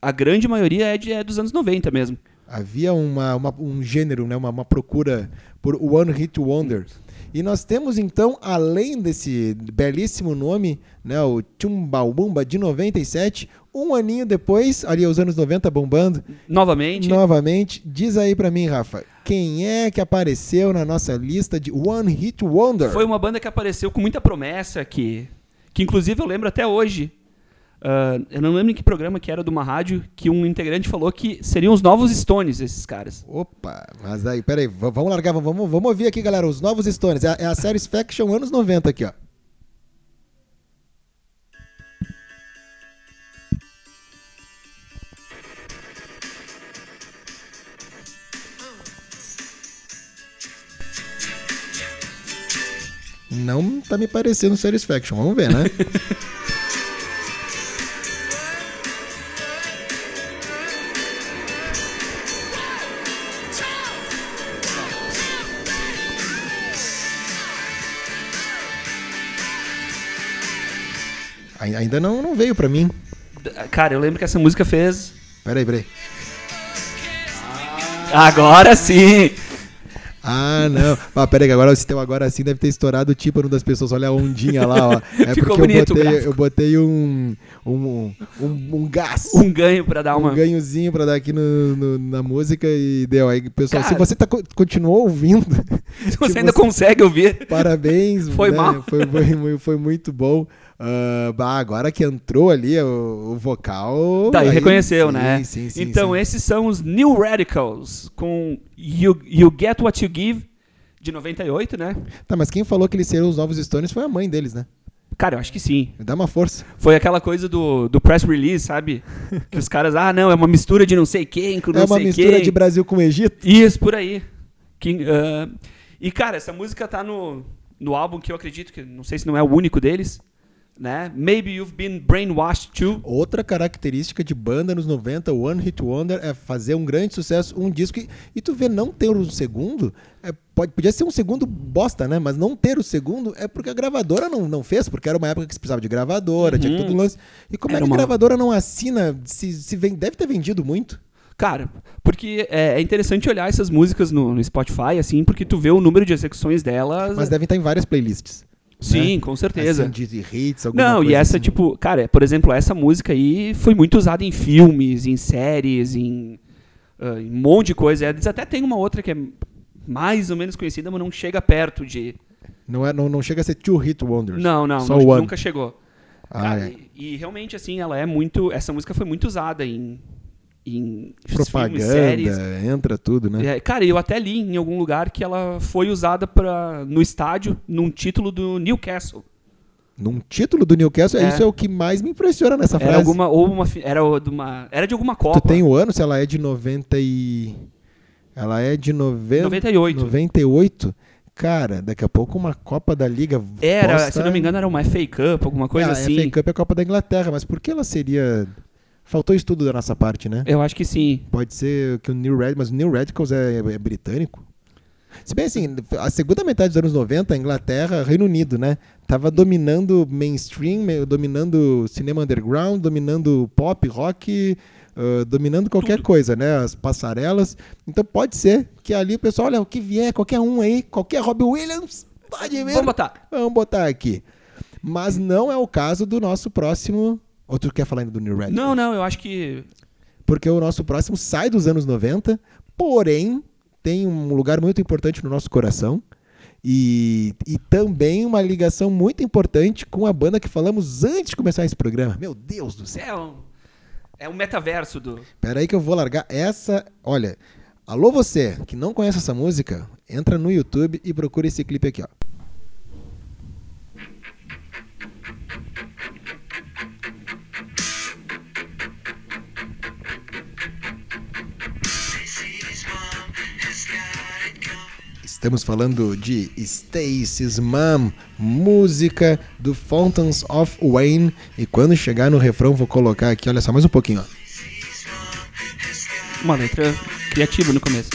Speaker 1: a grande maioria é, de, é dos anos 90 mesmo.
Speaker 3: Havia uma, uma- um gênero, né? uma, uma procura por One Hit Wonder. E nós temos, então, além desse belíssimo nome, né? o Chumbawamba de 97, um aninho depois, ali os anos 90 bombando,
Speaker 1: Novamente,
Speaker 3: novamente, diz aí pra mim, Rafa, quem é que apareceu na nossa lista de One Hit Wonder?
Speaker 1: foi uma banda que apareceu com muita promessa, que, que inclusive eu lembro até hoje. ah, eu não lembro em que programa que era de uma rádio que um integrante falou que seriam os novos Stones esses caras.
Speaker 3: Opa, mas aí, peraí, v- vamos largar, vamos- vamos, vamos ouvir aqui, galera, os novos Stones. É, a- é a série Faction anos 90 aqui, ó. Não tá me parecendo Satisfaction, vamos ver, né? Ai- Ainda não, não veio pra mim.
Speaker 1: D- Cara, eu lembro que essa música fez.
Speaker 3: Peraí, peraí.
Speaker 1: Agora sim!
Speaker 3: Ah, não. Ah, peraí, que agora o sistema agora assim deve ter estourado o tímpano das pessoas. Olha a ondinha
Speaker 1: <laughs>
Speaker 3: lá, ó. É
Speaker 1: Ficou
Speaker 3: porque
Speaker 1: bonito o
Speaker 3: eu botei,
Speaker 1: gráfico.
Speaker 3: eu botei um, um, um, um gás.
Speaker 1: Um ganho pra dar uma.
Speaker 3: um ganhozinho pra dar aqui no- no- na música e deu. Aí, pessoal,
Speaker 1: Cara.
Speaker 3: se você tá, co- continuou ouvindo, tipo,
Speaker 1: Se <laughs> <laughs> você
Speaker 3: assim.
Speaker 1: ainda consegue ouvir.
Speaker 3: <laughs> parabéns.
Speaker 1: <laughs> Foi
Speaker 3: né?
Speaker 1: mal.
Speaker 3: Foi, foi mu- foi muito bom. Ah, bah, agora que entrou ali o, o vocal.
Speaker 1: Tá, e
Speaker 3: aí-
Speaker 1: reconheceu,
Speaker 3: sim,
Speaker 1: né?
Speaker 3: Sim, sim,
Speaker 1: então,
Speaker 3: sim.
Speaker 1: esses são os New Radicals com you, you Get What You Give, de 98, né?
Speaker 3: Tá, mas quem falou que eles seriam os novos Stones foi a mãe deles, né?
Speaker 1: Cara, eu acho que sim.
Speaker 3: Dá uma força.
Speaker 1: Foi aquela coisa do, do press release, sabe?
Speaker 3: <laughs>
Speaker 1: Que os caras, ah, não, é uma mistura de não sei quem com Tipo, não
Speaker 3: é uma
Speaker 1: sei
Speaker 3: mistura
Speaker 1: quem.
Speaker 3: de Brasil com Egito.
Speaker 1: Isso, por aí. Que, ah, e, cara, essa música tá no, no álbum que eu acredito que, não sei se não é o único deles, né? Maybe You've Been Brainwashed Too.
Speaker 3: Outra característica de banda nos 90, o One Hit Wonder, é fazer um grande sucesso, um disco. E, e tu vê não ter um segundo, é, pode, podia ser um segundo bosta, né? Mas não ter o segundo é porque a gravadora não, não fez, porque era uma época que se precisava de gravadora, tinha todo o lance. E como
Speaker 1: Uhum. Era
Speaker 3: é que
Speaker 1: uma-
Speaker 3: a gravadora não assina? Se, se ven- deve ter vendido muito.
Speaker 1: Cara, porque é, é interessante olhar essas músicas no, no Spotify, assim, porque tu vê o número de execuções delas.
Speaker 3: Mas devem estar em várias playlists.
Speaker 1: Sim, com é. certeza.
Speaker 3: Assim, de de hits, alguma
Speaker 1: Não,
Speaker 3: coisa.
Speaker 1: e essa,
Speaker 3: assim.
Speaker 1: tipo, cara, por exemplo, essa música aí foi muito usada em filmes, em séries, em, ah, em um monte de coisa. Eles até tem uma outra que é mais ou menos conhecida, mas não chega perto de.
Speaker 3: Não, é, não, não chega a ser Two Hit Wonders.
Speaker 1: Não, não,
Speaker 3: Só
Speaker 1: nu-
Speaker 3: One.
Speaker 1: nunca chegou.
Speaker 3: Ah,
Speaker 1: Cara,
Speaker 3: é.
Speaker 1: e, e realmente, assim, ela é muito. Essa música foi muito usada em. em filmes, séries.
Speaker 3: Propaganda, entra tudo, né?
Speaker 1: É, cara, eu até li em algum lugar que ela foi usada pra, no estádio num título do Newcastle.
Speaker 3: Num título do Newcastle,
Speaker 1: É.
Speaker 3: isso é o que mais me impressiona nessa frase.
Speaker 1: Era alguma ou uma fi- era o- de uma era de alguma
Speaker 3: Tu
Speaker 1: Copa.
Speaker 3: tem o ano, se ela é de 90 e... Ela é de 90...
Speaker 1: 98.
Speaker 3: 98? Cara, daqui a pouco uma Copa da Liga...
Speaker 1: Era,
Speaker 3: posta-
Speaker 1: se não me engano, era uma FA Cup, alguma coisa
Speaker 3: é,
Speaker 1: assim.
Speaker 3: A FA Cup é a Copa da Inglaterra, mas por que ela seria... Faltou estudo da nossa parte, né?
Speaker 1: Eu acho que sim.
Speaker 3: Pode ser que o New Red, mas o New Radicals é, é britânico. Se bem assim, a segunda metade dos anos 90, a Inglaterra, Reino Unido, né? Tava dominando mainstream, me- dominando cinema underground, dominando pop, rock, ah, dominando qualquer coisa, né? As passarelas. Então pode ser que ali o pessoal, olha, o que vier, qualquer um aí, qualquer Robbie Williams, pode vir.
Speaker 1: Vamos botar.
Speaker 3: Vamos botar aqui. Mas não é o caso do nosso próximo. Ou tu quer falar ainda do New Radicals?
Speaker 1: Não, não, eu acho que
Speaker 3: porque o nosso próximo sai dos anos 90, porém tem um lugar muito importante no nosso coração e, e também uma ligação muito importante com a banda que falamos antes de começar esse programa. Meu Deus do céu!
Speaker 1: é um, é um metaverso do
Speaker 3: Pera aí que eu vou largar essa. Olha, alô você que não conhece essa música, entra no YouTube e procura esse clipe aqui, ó. Estamos falando de Stacy's Mom, música do Fountains of Wayne. E quando chegar no refrão, vou colocar aqui, olha só, mais um pouquinho, ó.
Speaker 1: uma letra criativa no começo.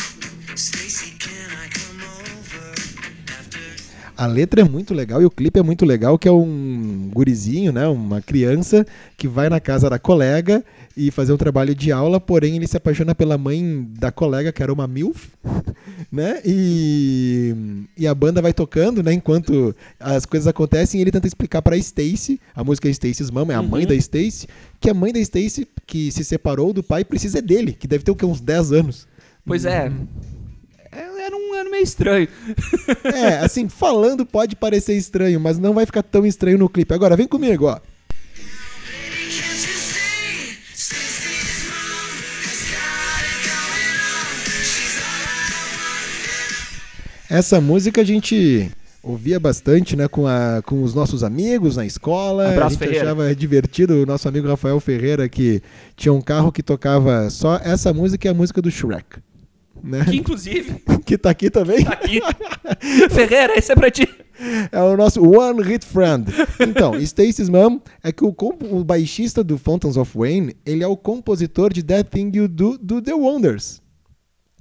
Speaker 3: A letra é muito legal e o clipe é muito legal, que é um gurizinho, né? Uma criança que vai na casa da colega e fazer um trabalho de aula, porém ele se apaixona pela mãe da colega, que era uma MILF, <laughs> né? E, e a banda vai tocando, né? Enquanto as coisas acontecem, ele tenta explicar pra Stacy, a música é Stacy's Mama, é a mãe da Stacy, que a mãe da Stacy, que se separou do pai, precisa é dele, que deve ter o quê? Uns 10 anos.
Speaker 1: Pois é. É- Era um ano meio estranho.
Speaker 3: É, assim, falando pode parecer estranho, mas não vai ficar tão estranho no clipe. Agora, vem comigo, ó. Essa música a gente ouvia bastante, né, com, a, com os nossos amigos na escola.
Speaker 1: Abraço,
Speaker 3: a gente
Speaker 1: Ferreira.
Speaker 3: achava divertido o nosso amigo Rafael Ferreira, que tinha um carro que tocava só essa música e a música do Shrek. Né?
Speaker 1: Que inclusive,
Speaker 3: <laughs> que tá aqui também.
Speaker 1: tá
Speaker 3: <laughs>
Speaker 1: aqui. Ferreira, esse é pra ti.
Speaker 3: É o nosso One Hit Friend. Então, Stacy's Mom é que o, comp- o baixista do Fountains of Wayne, ele é o compositor de That Thing You Do, do The Wonders.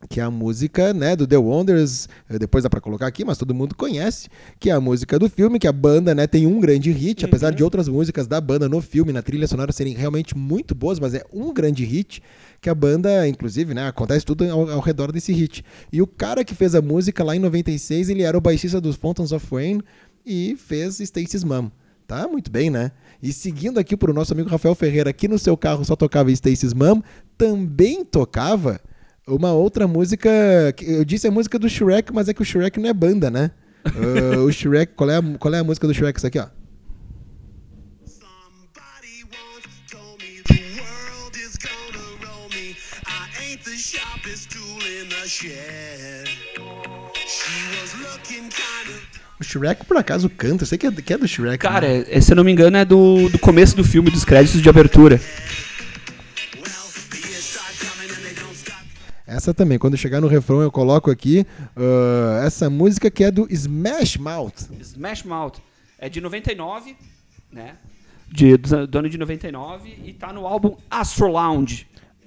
Speaker 3: que é a música, né, do The Wonders, eh, depois dá pra colocar aqui, mas todo mundo conhece, que é a música do filme, que a banda, né, tem um grande hit, apesar de outras músicas da banda no filme, na trilha sonora serem realmente muito boas, mas é um grande hit que a banda, inclusive, né, acontece tudo ao, ao redor desse hit. E o cara que fez a música lá em 96, ele era o baixista dos Fountains of Wayne e fez Stacey's Mom. Tá muito bem, né? E seguindo aqui pro nosso amigo Rafael Ferreira, que no seu carro só tocava Stacey's Mom, também tocava uma outra música. que Eu disse a música do Shrek, mas é que o Shrek não é banda, né? Ah, o Shrek, qual é, a, qual é a música do Shrek? Isso aqui, ó.
Speaker 2: Somebody once told me the world is gonna roll me. I ain't the sharpest tool in the shed. She was looking kind of.
Speaker 3: O Shrek, por acaso, canta. Eu sei que é, que é do Shrek.
Speaker 1: Cara,
Speaker 3: né?
Speaker 1: é- se eu não me engano, é do, do começo do filme, dos créditos de abertura.
Speaker 2: Well, the years start coming and they don't stop.
Speaker 3: Essa também, quando chegar no refrão, eu coloco aqui ah, essa música que é do Smash Mouth.
Speaker 1: Smash Mouth. É de 99, né? De, do, do ano de 99 e tá no álbum Astro Lounge.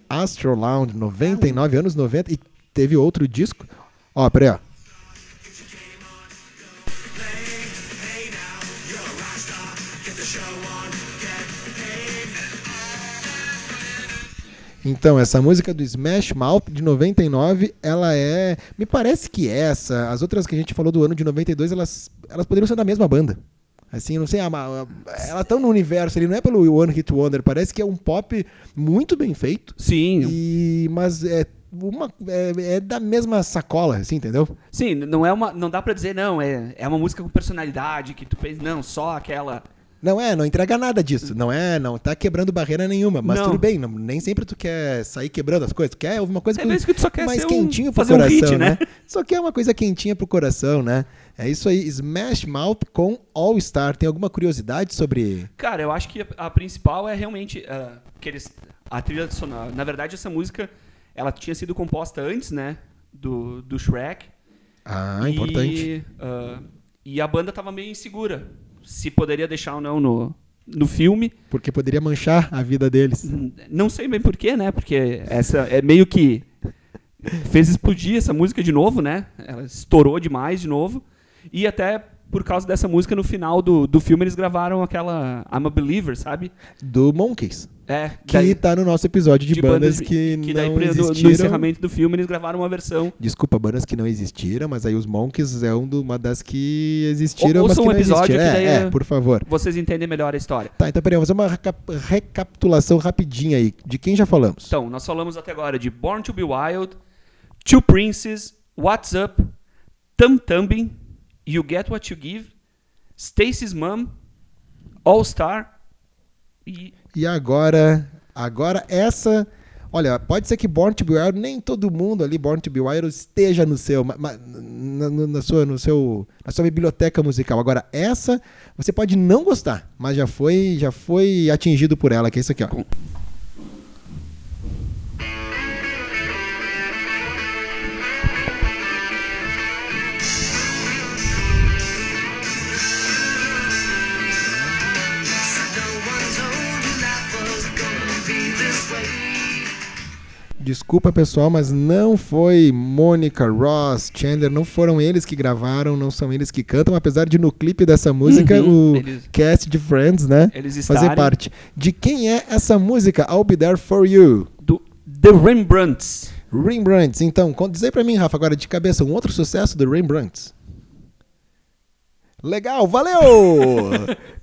Speaker 3: Astro Lounge, 99 anos 90. E teve outro disco. Ó, peraí, ó. Então, essa música do Smash Mouth de 99, ela é. Me parece que essa, as outras que a gente falou do ano de 92, elas, elas poderiam ser da mesma banda. Assim, não sei, a- a- a- elas estão no universo ali, não é pelo One Hit Wonder, parece que é um pop muito bem feito.
Speaker 1: Sim.
Speaker 3: E, mas é, uma, é, é da mesma sacola, assim, entendeu?
Speaker 1: Sim, não é uma. Não dá pra dizer, não. É, é uma música com personalidade que tu pensa, não, só aquela.
Speaker 3: Não é, não entrega nada disso. Não é, não tá quebrando barreira nenhuma. Mas
Speaker 1: Não.
Speaker 3: tudo bem, não- nem sempre tu quer sair quebrando as coisas. Tu quer alguma coisa
Speaker 1: É mesmo que tu só quer
Speaker 3: mais
Speaker 1: ser um-
Speaker 3: quentinho pro
Speaker 1: fazer um
Speaker 3: coração,
Speaker 1: hit, né?
Speaker 3: né? <laughs> Só quer uma coisa quentinha pro coração, né? É isso aí, Smash Mouth com All Star. Tem alguma curiosidade sobre...
Speaker 1: Cara, eu acho que a, a principal é realmente ah, que eles, a trilha sonora. Na verdade, essa música ela tinha sido composta antes, né? Do, do Shrek.
Speaker 3: Ah,
Speaker 1: E,
Speaker 3: importante.
Speaker 1: ah, e a banda tava meio insegura se poderia deixar ou não no, no filme.
Speaker 3: Porque poderia manchar a vida deles.
Speaker 1: Não sei bem porquê, né? Porque essa é meio que fez explodir essa música de novo, né? Ela estourou demais de novo. E até por causa dessa música, no final do, do filme, eles gravaram aquela I'm a Believer, sabe?
Speaker 3: Do Monkeys.
Speaker 1: É,
Speaker 3: Que
Speaker 1: daí-
Speaker 3: tá no nosso episódio de, bandas, que,
Speaker 1: daí
Speaker 3: não
Speaker 1: pra- no-
Speaker 3: existiram.
Speaker 1: No, encerramento do filme eles gravaram uma versão.
Speaker 3: Desculpa, bandas que não existiram, mas aí os Monkeys é um do- uma das que existiram,
Speaker 1: Ou-
Speaker 3: mas
Speaker 1: ouça
Speaker 3: que
Speaker 1: um
Speaker 3: não
Speaker 1: episódio
Speaker 3: existiram.
Speaker 1: que daí
Speaker 3: É, é,
Speaker 1: eu-
Speaker 3: por favor.
Speaker 1: Vocês entendem melhor a história.
Speaker 3: Tá, então peraí, vamos fazer uma recap- recapitulação rapidinha aí. De quem já falamos?
Speaker 1: Então, nós falamos até agora de Born to be Wild, Two Princes, What's Up, Tum Tumbin, You Get What You Give, Stacy's Mom, All Star e.
Speaker 3: E agora, agora essa... Olha, pode ser que Born to Be Wild, nem todo mundo ali, Born to Be Wild, esteja no seu, ma- ma- na, na- na sua, no seu, na sua biblioteca musical. Agora, essa, você pode não gostar, mas já foi, já foi atingido por ela, que é isso aqui, ó.
Speaker 2: No one told you life was gonna be this way.
Speaker 3: Desculpa, pessoal, mas não foi Mônica, Ross, Chandler, não foram eles que gravaram, não são eles que cantam, apesar de no clipe dessa música
Speaker 1: Uhum,
Speaker 3: o
Speaker 1: eles-
Speaker 3: cast de Friends, né?
Speaker 1: Eles
Speaker 3: Fazer
Speaker 1: estarem-
Speaker 3: parte. De quem é essa música? I'll Be There For You.
Speaker 1: Do The Rembrandts.
Speaker 3: Rembrandts. Então, con- diz aí pra mim, Rafa, agora de cabeça, um outro sucesso do Rembrandts. Legal, valeu!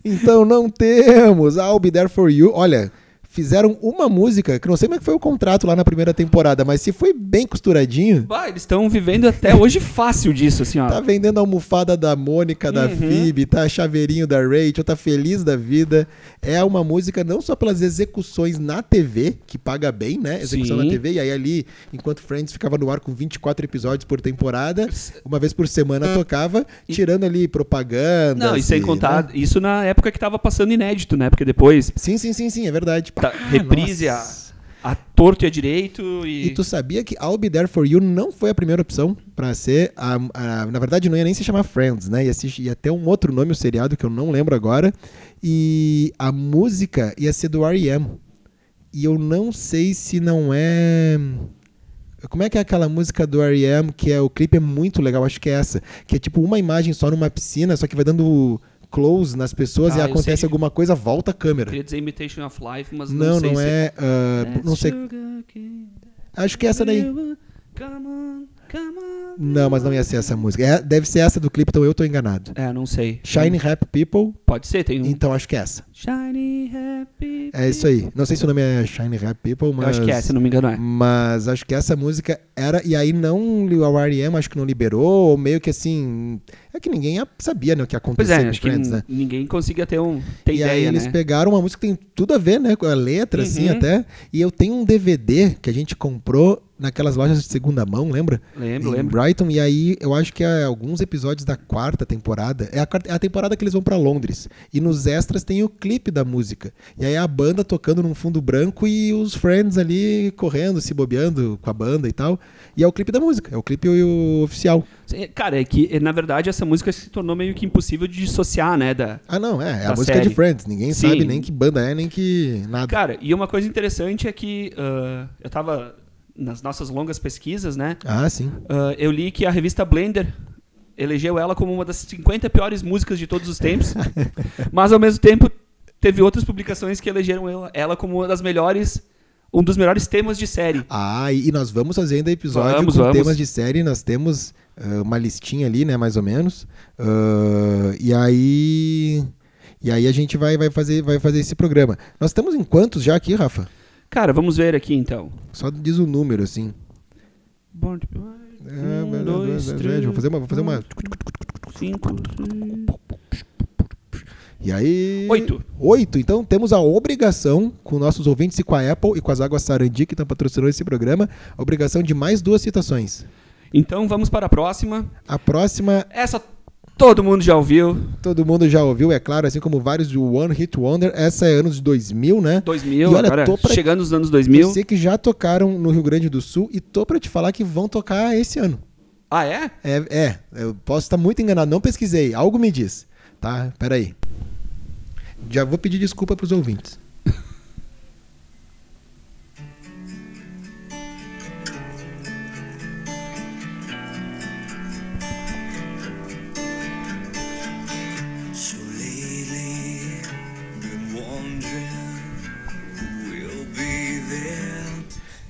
Speaker 3: então não temos I'll Be There For You. Olha, fizeram uma música, que não sei como é que foi o contrato lá na primeira temporada, mas se foi bem costuradinho...
Speaker 1: Bah, eles estão vivendo
Speaker 3: <laughs>
Speaker 1: até hoje fácil disso, assim, ó.
Speaker 3: Tá vendendo a almofada da Mônica,
Speaker 1: Uhum.
Speaker 3: da Phoebe, tá chaveirinho da Rachel, tá feliz da vida. É uma música não só pelas execuções na TV, que paga bem, né? Execução
Speaker 1: Sim.
Speaker 3: na TV. E aí ali, enquanto Friends ficava no ar com 24 episódios por temporada, uma vez por semana tocava, tirando ali propaganda.
Speaker 1: Não, e sem contar,
Speaker 3: né?
Speaker 1: isso na época que tava passando inédito, né? Porque depois
Speaker 3: Sim, sim, sim, sim, é verdade.
Speaker 1: tá,
Speaker 3: Ah,
Speaker 1: reprise a,
Speaker 3: nossa.
Speaker 1: a torto e a direito e.
Speaker 3: E tu sabia que I'll Be There For You não foi a primeira opção pra ser. A, a- na verdade, não ia nem se chamar Friends, né? Ia, se, ia ter um outro nome, o seriado, que eu não lembro agora. E a música ia ser do R.E.M. E eu não sei se não é. Como é que é aquela música do R.E.M. que é o clipe é muito legal, acho que é essa. Que é tipo uma imagem só numa piscina, só que vai dando close nas pessoas
Speaker 1: Ah,
Speaker 3: e
Speaker 1: eu
Speaker 3: acontece
Speaker 1: sei.
Speaker 3: alguma coisa, volta a câmera.
Speaker 1: Queria dizer Imitation of Life, mas não,
Speaker 3: Não,
Speaker 1: sei
Speaker 3: não,
Speaker 1: se...
Speaker 3: é. ah, não sei. Acho que é essa daí.
Speaker 1: Come on, come on.
Speaker 3: Não, mas não ia ser essa música. É- deve ser essa do clipe, então eu tô enganado.
Speaker 1: É, não sei.
Speaker 3: Shine Happy People,
Speaker 1: Pode ser, tem um.
Speaker 3: então acho que é essa.
Speaker 1: Shiny Happy.
Speaker 3: É isso aí. Não sei se o nome é Shine Happy People,
Speaker 1: Eu
Speaker 3: mas.
Speaker 1: acho que é, se não me engano é.
Speaker 3: Mas acho que essa música era. E aí não o R.E.M. acho que não liberou, ou meio que assim. É que ninguém sabia né, o que
Speaker 1: Pois
Speaker 3: aconteceu
Speaker 1: é,
Speaker 3: em
Speaker 1: acho que
Speaker 3: Friends, né?
Speaker 1: n- ninguém conseguia ter um ter
Speaker 3: e
Speaker 1: ideia,
Speaker 3: aí eles
Speaker 1: né?
Speaker 3: pegaram uma música que tem tudo a ver, né? Com a letra, assim,
Speaker 1: Uhum.
Speaker 3: até. E eu tenho um DVD que a gente comprou naquelas lojas de segunda mão, lembra?
Speaker 1: Lembro,
Speaker 3: em
Speaker 1: lembro.
Speaker 3: Brighton, e aí eu acho que é alguns episódios da quarta temporada. É a, quarta- é a temporada que eles vão pra Londres. E nos extras tem o clipe da música. E aí a banda tocando num fundo branco e os friends ali correndo, se bobeando com a banda e tal. E é o clipe da música, é o clipe o- oficial.
Speaker 1: Sim, Cara, é que eh, na verdade essa música se tornou meio que impossível de dissociar, né? Da...
Speaker 3: Ah, não, é, é a
Speaker 1: Da
Speaker 3: música
Speaker 1: série.
Speaker 3: de Friends. Ninguém
Speaker 1: Sim.
Speaker 3: sabe nem que banda é, nem que nada.
Speaker 1: Cara, e uma coisa interessante é que ah, eu tava nas nossas longas pesquisas, né?
Speaker 3: Ah, sim.
Speaker 1: ah, eu li que a revista Blender elegeu ela como uma das 50 piores músicas de todos os
Speaker 3: <laughs>
Speaker 1: tempos, mas ao mesmo tempo teve outras publicações que elegeram ela, ela como uma das melhores, um dos melhores temas de série.
Speaker 3: Ah, e e nós vamos fazer ainda episódio
Speaker 1: Vamos,
Speaker 3: com
Speaker 1: vamos.
Speaker 3: temas de série. Nós temos ah, uma listinha ali, né, mais ou menos. Ah, e aí, e aí a gente vai, vai fazer, vai fazer esse programa. Nós estamos em quantos já aqui, Rafa?
Speaker 1: Cara, vamos ver aqui então.
Speaker 3: Só diz o número assim.
Speaker 1: Born to be
Speaker 3: É,
Speaker 1: Um, dois, três, um,
Speaker 3: vou fazer uma, vou fazer uma.
Speaker 1: cinco,
Speaker 3: E aí?
Speaker 1: Oito.
Speaker 3: Oito. Então temos a obrigação com nossos ouvintes e com a Apple e com as Águas Sarandi que estão patrocinando esse programa, a obrigação de mais duas citações.
Speaker 1: Então vamos para a próxima.
Speaker 3: A próxima
Speaker 1: Essa todo mundo já ouviu.
Speaker 3: Todo mundo já ouviu, é claro, assim como vários do One Hit Wonder. Essa é anos de 2000, né?
Speaker 1: 2000,
Speaker 3: E olha,
Speaker 1: agora
Speaker 3: tô pra-
Speaker 1: chegando nos anos
Speaker 3: Eu
Speaker 1: 2000.
Speaker 3: sei que já tocaram no Rio Grande do Sul e tô pra te falar que vão tocar esse ano.
Speaker 1: Ah, é?
Speaker 3: É, é, eu posso estar muito enganado, não pesquisei, algo me diz. Tá, peraí. Já vou pedir desculpa pros ouvintes.
Speaker 2: So lately, been wondering who will be there.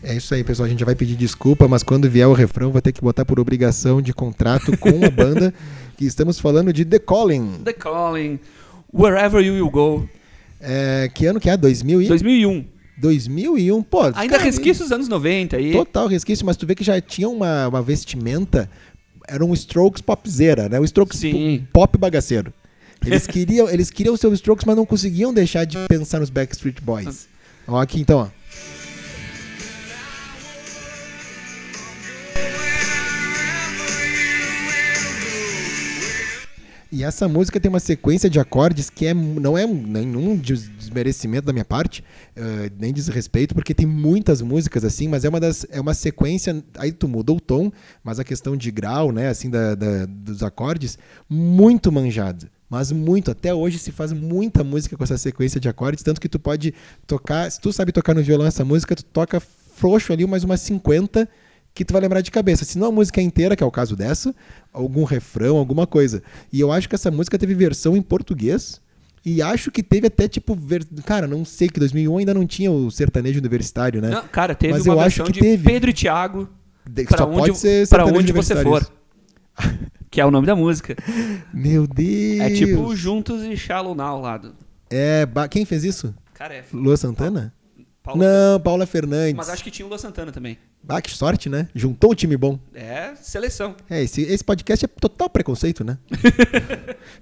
Speaker 3: É isso aí, pessoal, a gente já vai pedir desculpa, mas quando vier o refrão, vou ter que botar por obrigação de contrato com a banda que estamos falando de The Calling.
Speaker 1: The Calling, Wherever You Will Go,
Speaker 3: É, que ano que é? 2000 e...
Speaker 1: 2001.
Speaker 3: 2001, pô.
Speaker 1: Ainda
Speaker 3: cara,
Speaker 1: resquício dos anos 90 aí.
Speaker 3: Total resquício, mas tu vê que já tinha uma, uma vestimenta, era um Strokes popzera, né? Um Strokes
Speaker 1: Sim.
Speaker 3: po- pop bagaceiro. Eles queriam, eles queriam ser os Strokes, mas não conseguiam deixar de pensar nos Backstreet Boys. Ó aqui então, ó. E essa música tem uma sequência de acordes que é, não é nenhum des- desmerecimento da minha parte, eh, nem desrespeito, porque tem muitas músicas assim, mas é uma, das, é uma sequência. Aí tu muda o tom, mas a questão de grau, né, assim, da, da- dos acordes, muito manjado. Mas muito, até hoje se faz muita música com essa sequência de acordes, tanto que tu pode tocar, se tu sabe tocar no violão essa música, tu toca frouxo ali mais umas 50 que tu vai lembrar de cabeça. Se não a música inteira, que é o caso dessa, algum refrão, alguma coisa. E eu acho que essa música teve versão em português. E acho que teve até tipo. ver- Cara, não sei que 2001 ainda não tinha o sertanejo universitário, né?
Speaker 1: Não, cara, teve
Speaker 3: Mas
Speaker 1: uma
Speaker 3: eu acho
Speaker 1: versão
Speaker 3: que
Speaker 1: de
Speaker 3: teve.
Speaker 1: Pedro e Thiago,
Speaker 3: De-
Speaker 1: Pra
Speaker 3: Só
Speaker 1: onde-
Speaker 3: pode ser
Speaker 1: pra
Speaker 3: sertanejo
Speaker 1: onde você
Speaker 3: universitário.
Speaker 1: que é o nome da música.
Speaker 3: Meu Deus!
Speaker 1: É tipo Juntos e Shallow Now lá. do-
Speaker 3: É, ba- Quem fez isso?
Speaker 1: Cara, é
Speaker 3: Lua Santana?
Speaker 1: Paulo.
Speaker 3: Não, Paula Fernandes.
Speaker 1: Mas acho que tinha o Lua Santana também.
Speaker 3: Ah, que sorte, né? Juntou o time bom.
Speaker 1: É seleção.
Speaker 3: É, esse, esse podcast é total preconceito, né? <laughs>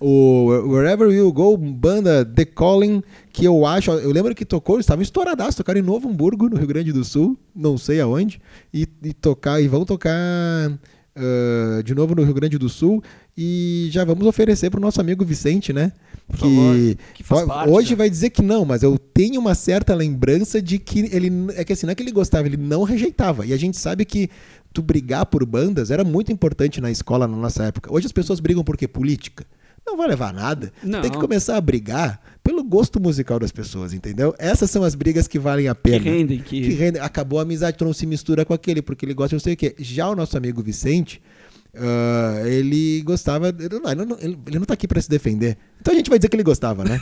Speaker 3: o Wherever You Go, banda The Calling, que eu acho. Eu lembro que tocou, eles estavam estouradaço, tocaram em Novo Hamburgo, no Rio Grande do Sul, não sei aonde, e, e tocar, e vão tocar. ah, de novo no Rio Grande do Sul e já vamos oferecer pro nosso amigo Vicente, né?
Speaker 1: favor, que faz
Speaker 3: fo-
Speaker 1: parte,
Speaker 3: hoje
Speaker 1: né?
Speaker 3: vai dizer que não, mas eu tenho uma certa lembrança de que ele. É que assim, não é que ele gostava, ele não rejeitava. E a gente sabe que tu brigar por bandas era muito importante na escola na nossa época. Hoje as pessoas brigam por quê? Política. Não vai levar a nada. Tu
Speaker 1: Não.
Speaker 3: Tem que começar a brigar pelo gosto musical das pessoas, entendeu? Essas são as brigas que valem a
Speaker 1: Que
Speaker 3: pena.
Speaker 1: rendem,
Speaker 3: Que
Speaker 1: que.
Speaker 3: rende- acabou a amizade, tu não se mistura com aquele, porque ele gosta de não sei o quê. Já o nosso amigo Vicente, ah, ele gostava. Ele não, ele, não, ele- ele não tá aqui pra se defender. Então a gente vai dizer que ele
Speaker 1: <laughs>
Speaker 3: gostava, né?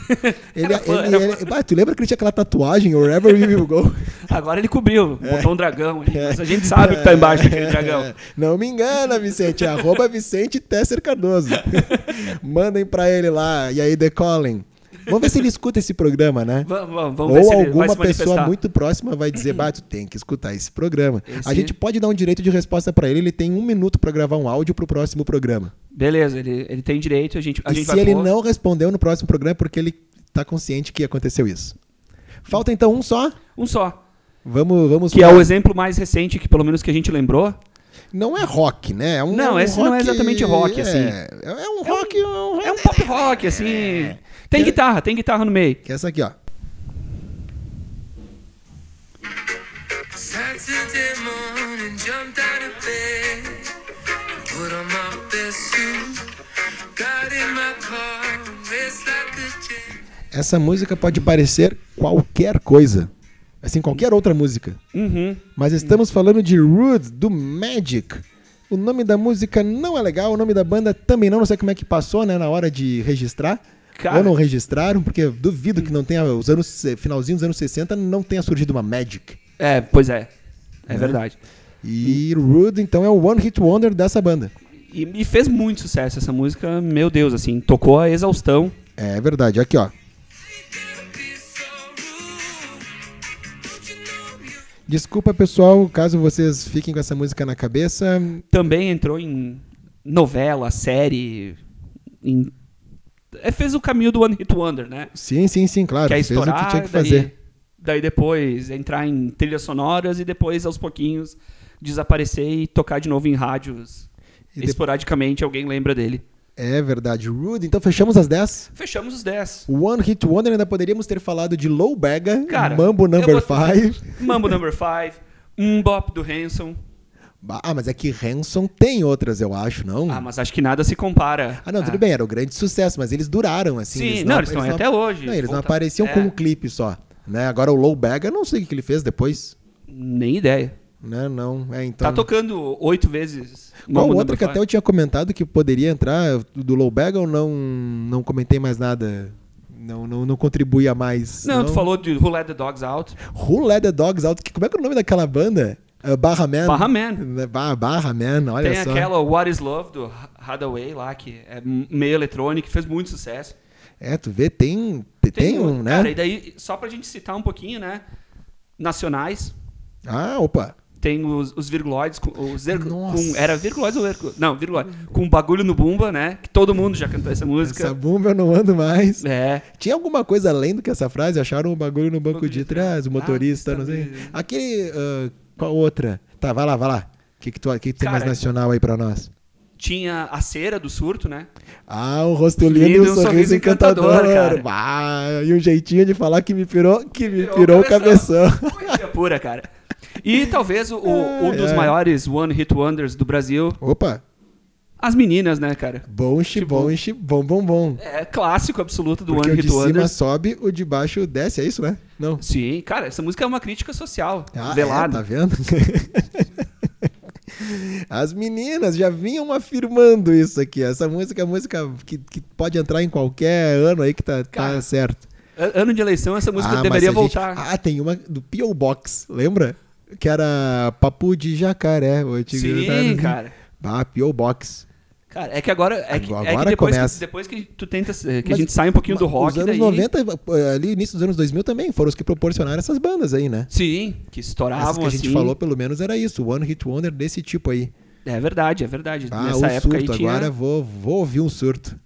Speaker 3: Ele,
Speaker 1: Era fã,
Speaker 3: ele-
Speaker 1: era
Speaker 3: ele- Bah, tu lembra que ele tinha aquela tatuagem, Wherever You
Speaker 1: <laughs>
Speaker 3: Will Go?
Speaker 1: Agora ele cobriu, botou um dragão ali.
Speaker 3: É.
Speaker 1: Mas a gente sabe o que tá embaixo daquele dragão.
Speaker 3: Não me engana, Vicente. é Arroba Vicente
Speaker 1: <laughs>
Speaker 3: Tesser Cardoso. Mandem pra ele lá e aí decolem. Vamos ver se ele escuta esse programa, né?
Speaker 1: Vamos, vamos, vamos ver
Speaker 3: Ou
Speaker 1: se ele vai se
Speaker 3: alguma pessoa
Speaker 1: manifestar.
Speaker 3: muito próxima vai dizer, bah, tu tem que escutar esse programa. A
Speaker 1: Esse-
Speaker 3: gente pode dar um direito de resposta pra ele, ele tem um minuto pra gravar um áudio pro próximo programa.
Speaker 1: Beleza, ele, ele tem direito, a gente, a
Speaker 3: e
Speaker 1: gente
Speaker 3: se
Speaker 1: vai
Speaker 3: ele
Speaker 1: pôr.
Speaker 3: não respondeu no próximo programa é porque ele tá consciente que aconteceu isso. Falta então um só?
Speaker 1: Um só.
Speaker 3: Tá. Vamos, vamos
Speaker 1: Que é o exemplo mais recente, que pelo menos que a gente lembrou.
Speaker 3: Não é rock, né? É um,
Speaker 1: Não,
Speaker 3: é um
Speaker 1: esse não é exatamente rock,
Speaker 3: é,
Speaker 1: assim.
Speaker 3: É um rock, é um,
Speaker 1: É um pop rock,
Speaker 3: É.
Speaker 1: assim. Tem guitarra, tem guitarra no meio.
Speaker 3: Que é essa aqui, ó.
Speaker 5: Saturday morning, jumped out of bed, put on my best suit, got in my car, and raced like a jet.
Speaker 3: Essa música pode parecer qualquer coisa. Assim, qualquer outra música.
Speaker 1: Uhum.
Speaker 3: Mas estamos falando de Rude, do Magic. O nome da música não é legal, o nome da banda também não. Não sei como é que passou, né, na hora de registrar.
Speaker 1: Cara.
Speaker 3: Ou não registraram, porque eu duvido que não tenha. Os anos. Finalzinho dos anos 60 não tenha surgido uma Magic.
Speaker 1: É, pois é.
Speaker 3: Uhum.
Speaker 1: É verdade.
Speaker 3: E Rude, então, é o One Hit Wonder dessa banda.
Speaker 1: E, e fez muito sucesso essa música, meu Deus, assim, tocou a exaustão.
Speaker 3: É verdade. Aqui, ó.
Speaker 5: Ain't gotta be so rude. Don't you know you
Speaker 3: Desculpa, pessoal, caso vocês fiquem com essa música na cabeça.
Speaker 1: Também entrou em novela, série, em- é, fez o caminho do One Hit Wonder, né?
Speaker 3: Sim, sim, sim, claro.
Speaker 1: que é
Speaker 3: Fez o
Speaker 1: estourar,
Speaker 3: que tinha que
Speaker 1: daí-
Speaker 3: fazer.
Speaker 1: Daí, depois entrar em trilhas sonoras e depois, aos pouquinhos, desaparecer e tocar de novo em rádios.
Speaker 3: E de-
Speaker 1: Esporadicamente alguém lembra dele.
Speaker 3: É verdade. Rude, então fechamos as 10.
Speaker 1: Fechamos os 10.
Speaker 3: One Hit Wonder ainda poderíamos ter falado de Low Bega,
Speaker 1: Cara,
Speaker 3: Mambo
Speaker 1: eu
Speaker 3: Number
Speaker 1: vou-
Speaker 3: 5.
Speaker 1: Mambo Number 5, um bop do Hanson.
Speaker 3: Ah, mas é que Hanson tem outras, eu acho, não?
Speaker 1: Ah,
Speaker 3: Ah,
Speaker 1: mas acho que nada se compara. Ah,
Speaker 3: não, tudo bem, era um grande sucesso, mas eles duraram, assim.
Speaker 1: Sim, não, eles estão aí até hoje,
Speaker 3: Não, eles não
Speaker 1: volta-
Speaker 3: apareciam
Speaker 1: é.
Speaker 3: com um clipe só. Né? Agora o Low Bega, não sei o que que ele fez depois.
Speaker 1: Nem ideia.
Speaker 3: Né? Não, é então.
Speaker 1: Tá tocando oito vezes.
Speaker 3: Qual
Speaker 1: Mambo
Speaker 3: outra
Speaker 1: Number
Speaker 3: que até eu
Speaker 1: Five.
Speaker 3: tinha comentado que poderia entrar do Low Bega ou não, não comentei mais nada? Não, não, não contribuía mais.
Speaker 1: Não, tu falou de Who Let the Dogs Out.
Speaker 3: Who Let the Dogs Out? Que, como é que é o nome daquela banda? Uh, Barra Man.
Speaker 1: Barra Man.
Speaker 3: Né, Ba- Barra Man, olha
Speaker 1: Tem
Speaker 3: só.
Speaker 1: aquela What is Love do Hadaway lá, que é meio eletrônica, que fez muito sucesso.
Speaker 3: É, tu vê, tem, tem, um, né?
Speaker 1: Cara, e daí, só pra gente citar um pouquinho, né? Nacionais,
Speaker 3: Ah, opa.
Speaker 1: tem os, os virguloides, com, os ergo-
Speaker 3: Nossa.
Speaker 1: com- era virguloides ou ergo, Não, virguloide. Com bagulho no bumba, né? Que todo mundo já cantou essa música.
Speaker 3: Essa bomba eu Né? não ando mais.
Speaker 1: É.
Speaker 3: Tinha alguma coisa além do que essa frase? Acharam um bagulho no banco
Speaker 1: Banco
Speaker 3: de
Speaker 1: de
Speaker 3: trás, o motorista,
Speaker 1: Ah,
Speaker 3: não sei.
Speaker 1: também.
Speaker 3: Aquele. ah, qual outra? Tá, vai lá, vai lá. O que, que, tu, que, que tem
Speaker 1: Cara,
Speaker 3: mais nacional aí pra nós?
Speaker 1: Tinha a cera do surto, né?
Speaker 3: Ah, um rosto lindo e um sorriso, encantador.
Speaker 1: cara.
Speaker 3: Ah, e um jeitinho de falar que me pirou, que me pirou,
Speaker 1: <laughs>
Speaker 3: o cabeção. <laughs>
Speaker 1: Coisa pura, cara. E talvez o, o- um dos
Speaker 3: É.
Speaker 1: maiores One Hit Wonders do Brasil,
Speaker 3: Opa!
Speaker 1: as meninas, né, cara?
Speaker 3: Bom, bom, bom, bom, bom.
Speaker 1: É clássico absoluto do
Speaker 3: Porque
Speaker 1: One
Speaker 3: o de
Speaker 1: Hit
Speaker 3: cima
Speaker 1: Wonders.
Speaker 3: sobe, o de baixo desce, é isso, né? Não.
Speaker 1: Sim, cara, essa música é uma crítica social,
Speaker 3: Ah, é, tá
Speaker 1: velada.
Speaker 3: vendo? <laughs> As meninas já vinham afirmando isso aqui. Essa música é música que, que pode entrar em qualquer ano aí que tá, tá
Speaker 1: Cara,
Speaker 3: certo. Ah,
Speaker 1: A- Ano de eleição, essa música
Speaker 3: mas
Speaker 1: deveria
Speaker 3: a gente-
Speaker 1: voltar.
Speaker 3: Ah, tem uma do P.O. Box, lembra? Que era papu de jacaré. vou te
Speaker 1: Sim,
Speaker 3: gritar.
Speaker 1: cara.
Speaker 3: Ah, P.O. Box.
Speaker 1: Cara, é que agora. É que, é que
Speaker 3: Agora
Speaker 1: depois,
Speaker 3: começa.
Speaker 1: que depois que tu tenta. eh, Que
Speaker 3: Mas-
Speaker 1: a gente sai um pouquinho do rock.
Speaker 3: Os anos
Speaker 1: daí...
Speaker 3: 90, ali início dos anos 2000 também, foram os que proporcionaram essas bandas aí, né?
Speaker 1: Sim, que estouravam
Speaker 3: Essas que a gente
Speaker 1: assim.
Speaker 3: falou, pelo menos, era isso. One Hit Wonder desse tipo aí.
Speaker 1: É verdade, é verdade.
Speaker 3: Ah,
Speaker 1: Nessa
Speaker 3: o
Speaker 1: época
Speaker 3: surto.
Speaker 1: aí tinha.
Speaker 3: Agora vou, vou ouvir um surto.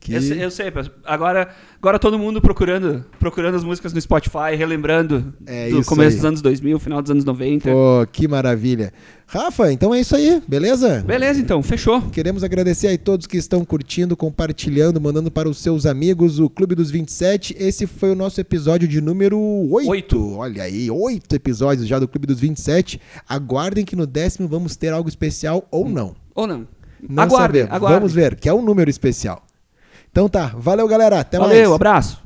Speaker 3: Que...
Speaker 1: Eu, sei- eu sei, mas agora, agora todo mundo procurando, procurando as músicas no Spotify, relembrando
Speaker 3: É
Speaker 1: do
Speaker 3: isso
Speaker 1: começo
Speaker 3: aí.
Speaker 1: dos anos 2000, final dos anos 90.
Speaker 3: Pô, que maravilha. Rafa, então é isso aí, beleza?
Speaker 1: Beleza, então, fechou.
Speaker 3: Queremos agradecer aí todos que estão curtindo, compartilhando, mandando para os seus amigos o Clube dos 27. Esse foi o nosso episódio de número 8.
Speaker 1: Oito.
Speaker 3: Olha aí, oito episódios já do Clube dos 27. Aguardem que no décimo vamos ter algo especial
Speaker 1: Hum.
Speaker 3: ou não.
Speaker 1: Ou não?
Speaker 3: Não
Speaker 1: aguarde,
Speaker 3: sabemos.
Speaker 1: aguarde.
Speaker 3: Vamos ver, que é um número especial. Então tá, valeu galera, até mais.
Speaker 1: Valeu, abraço.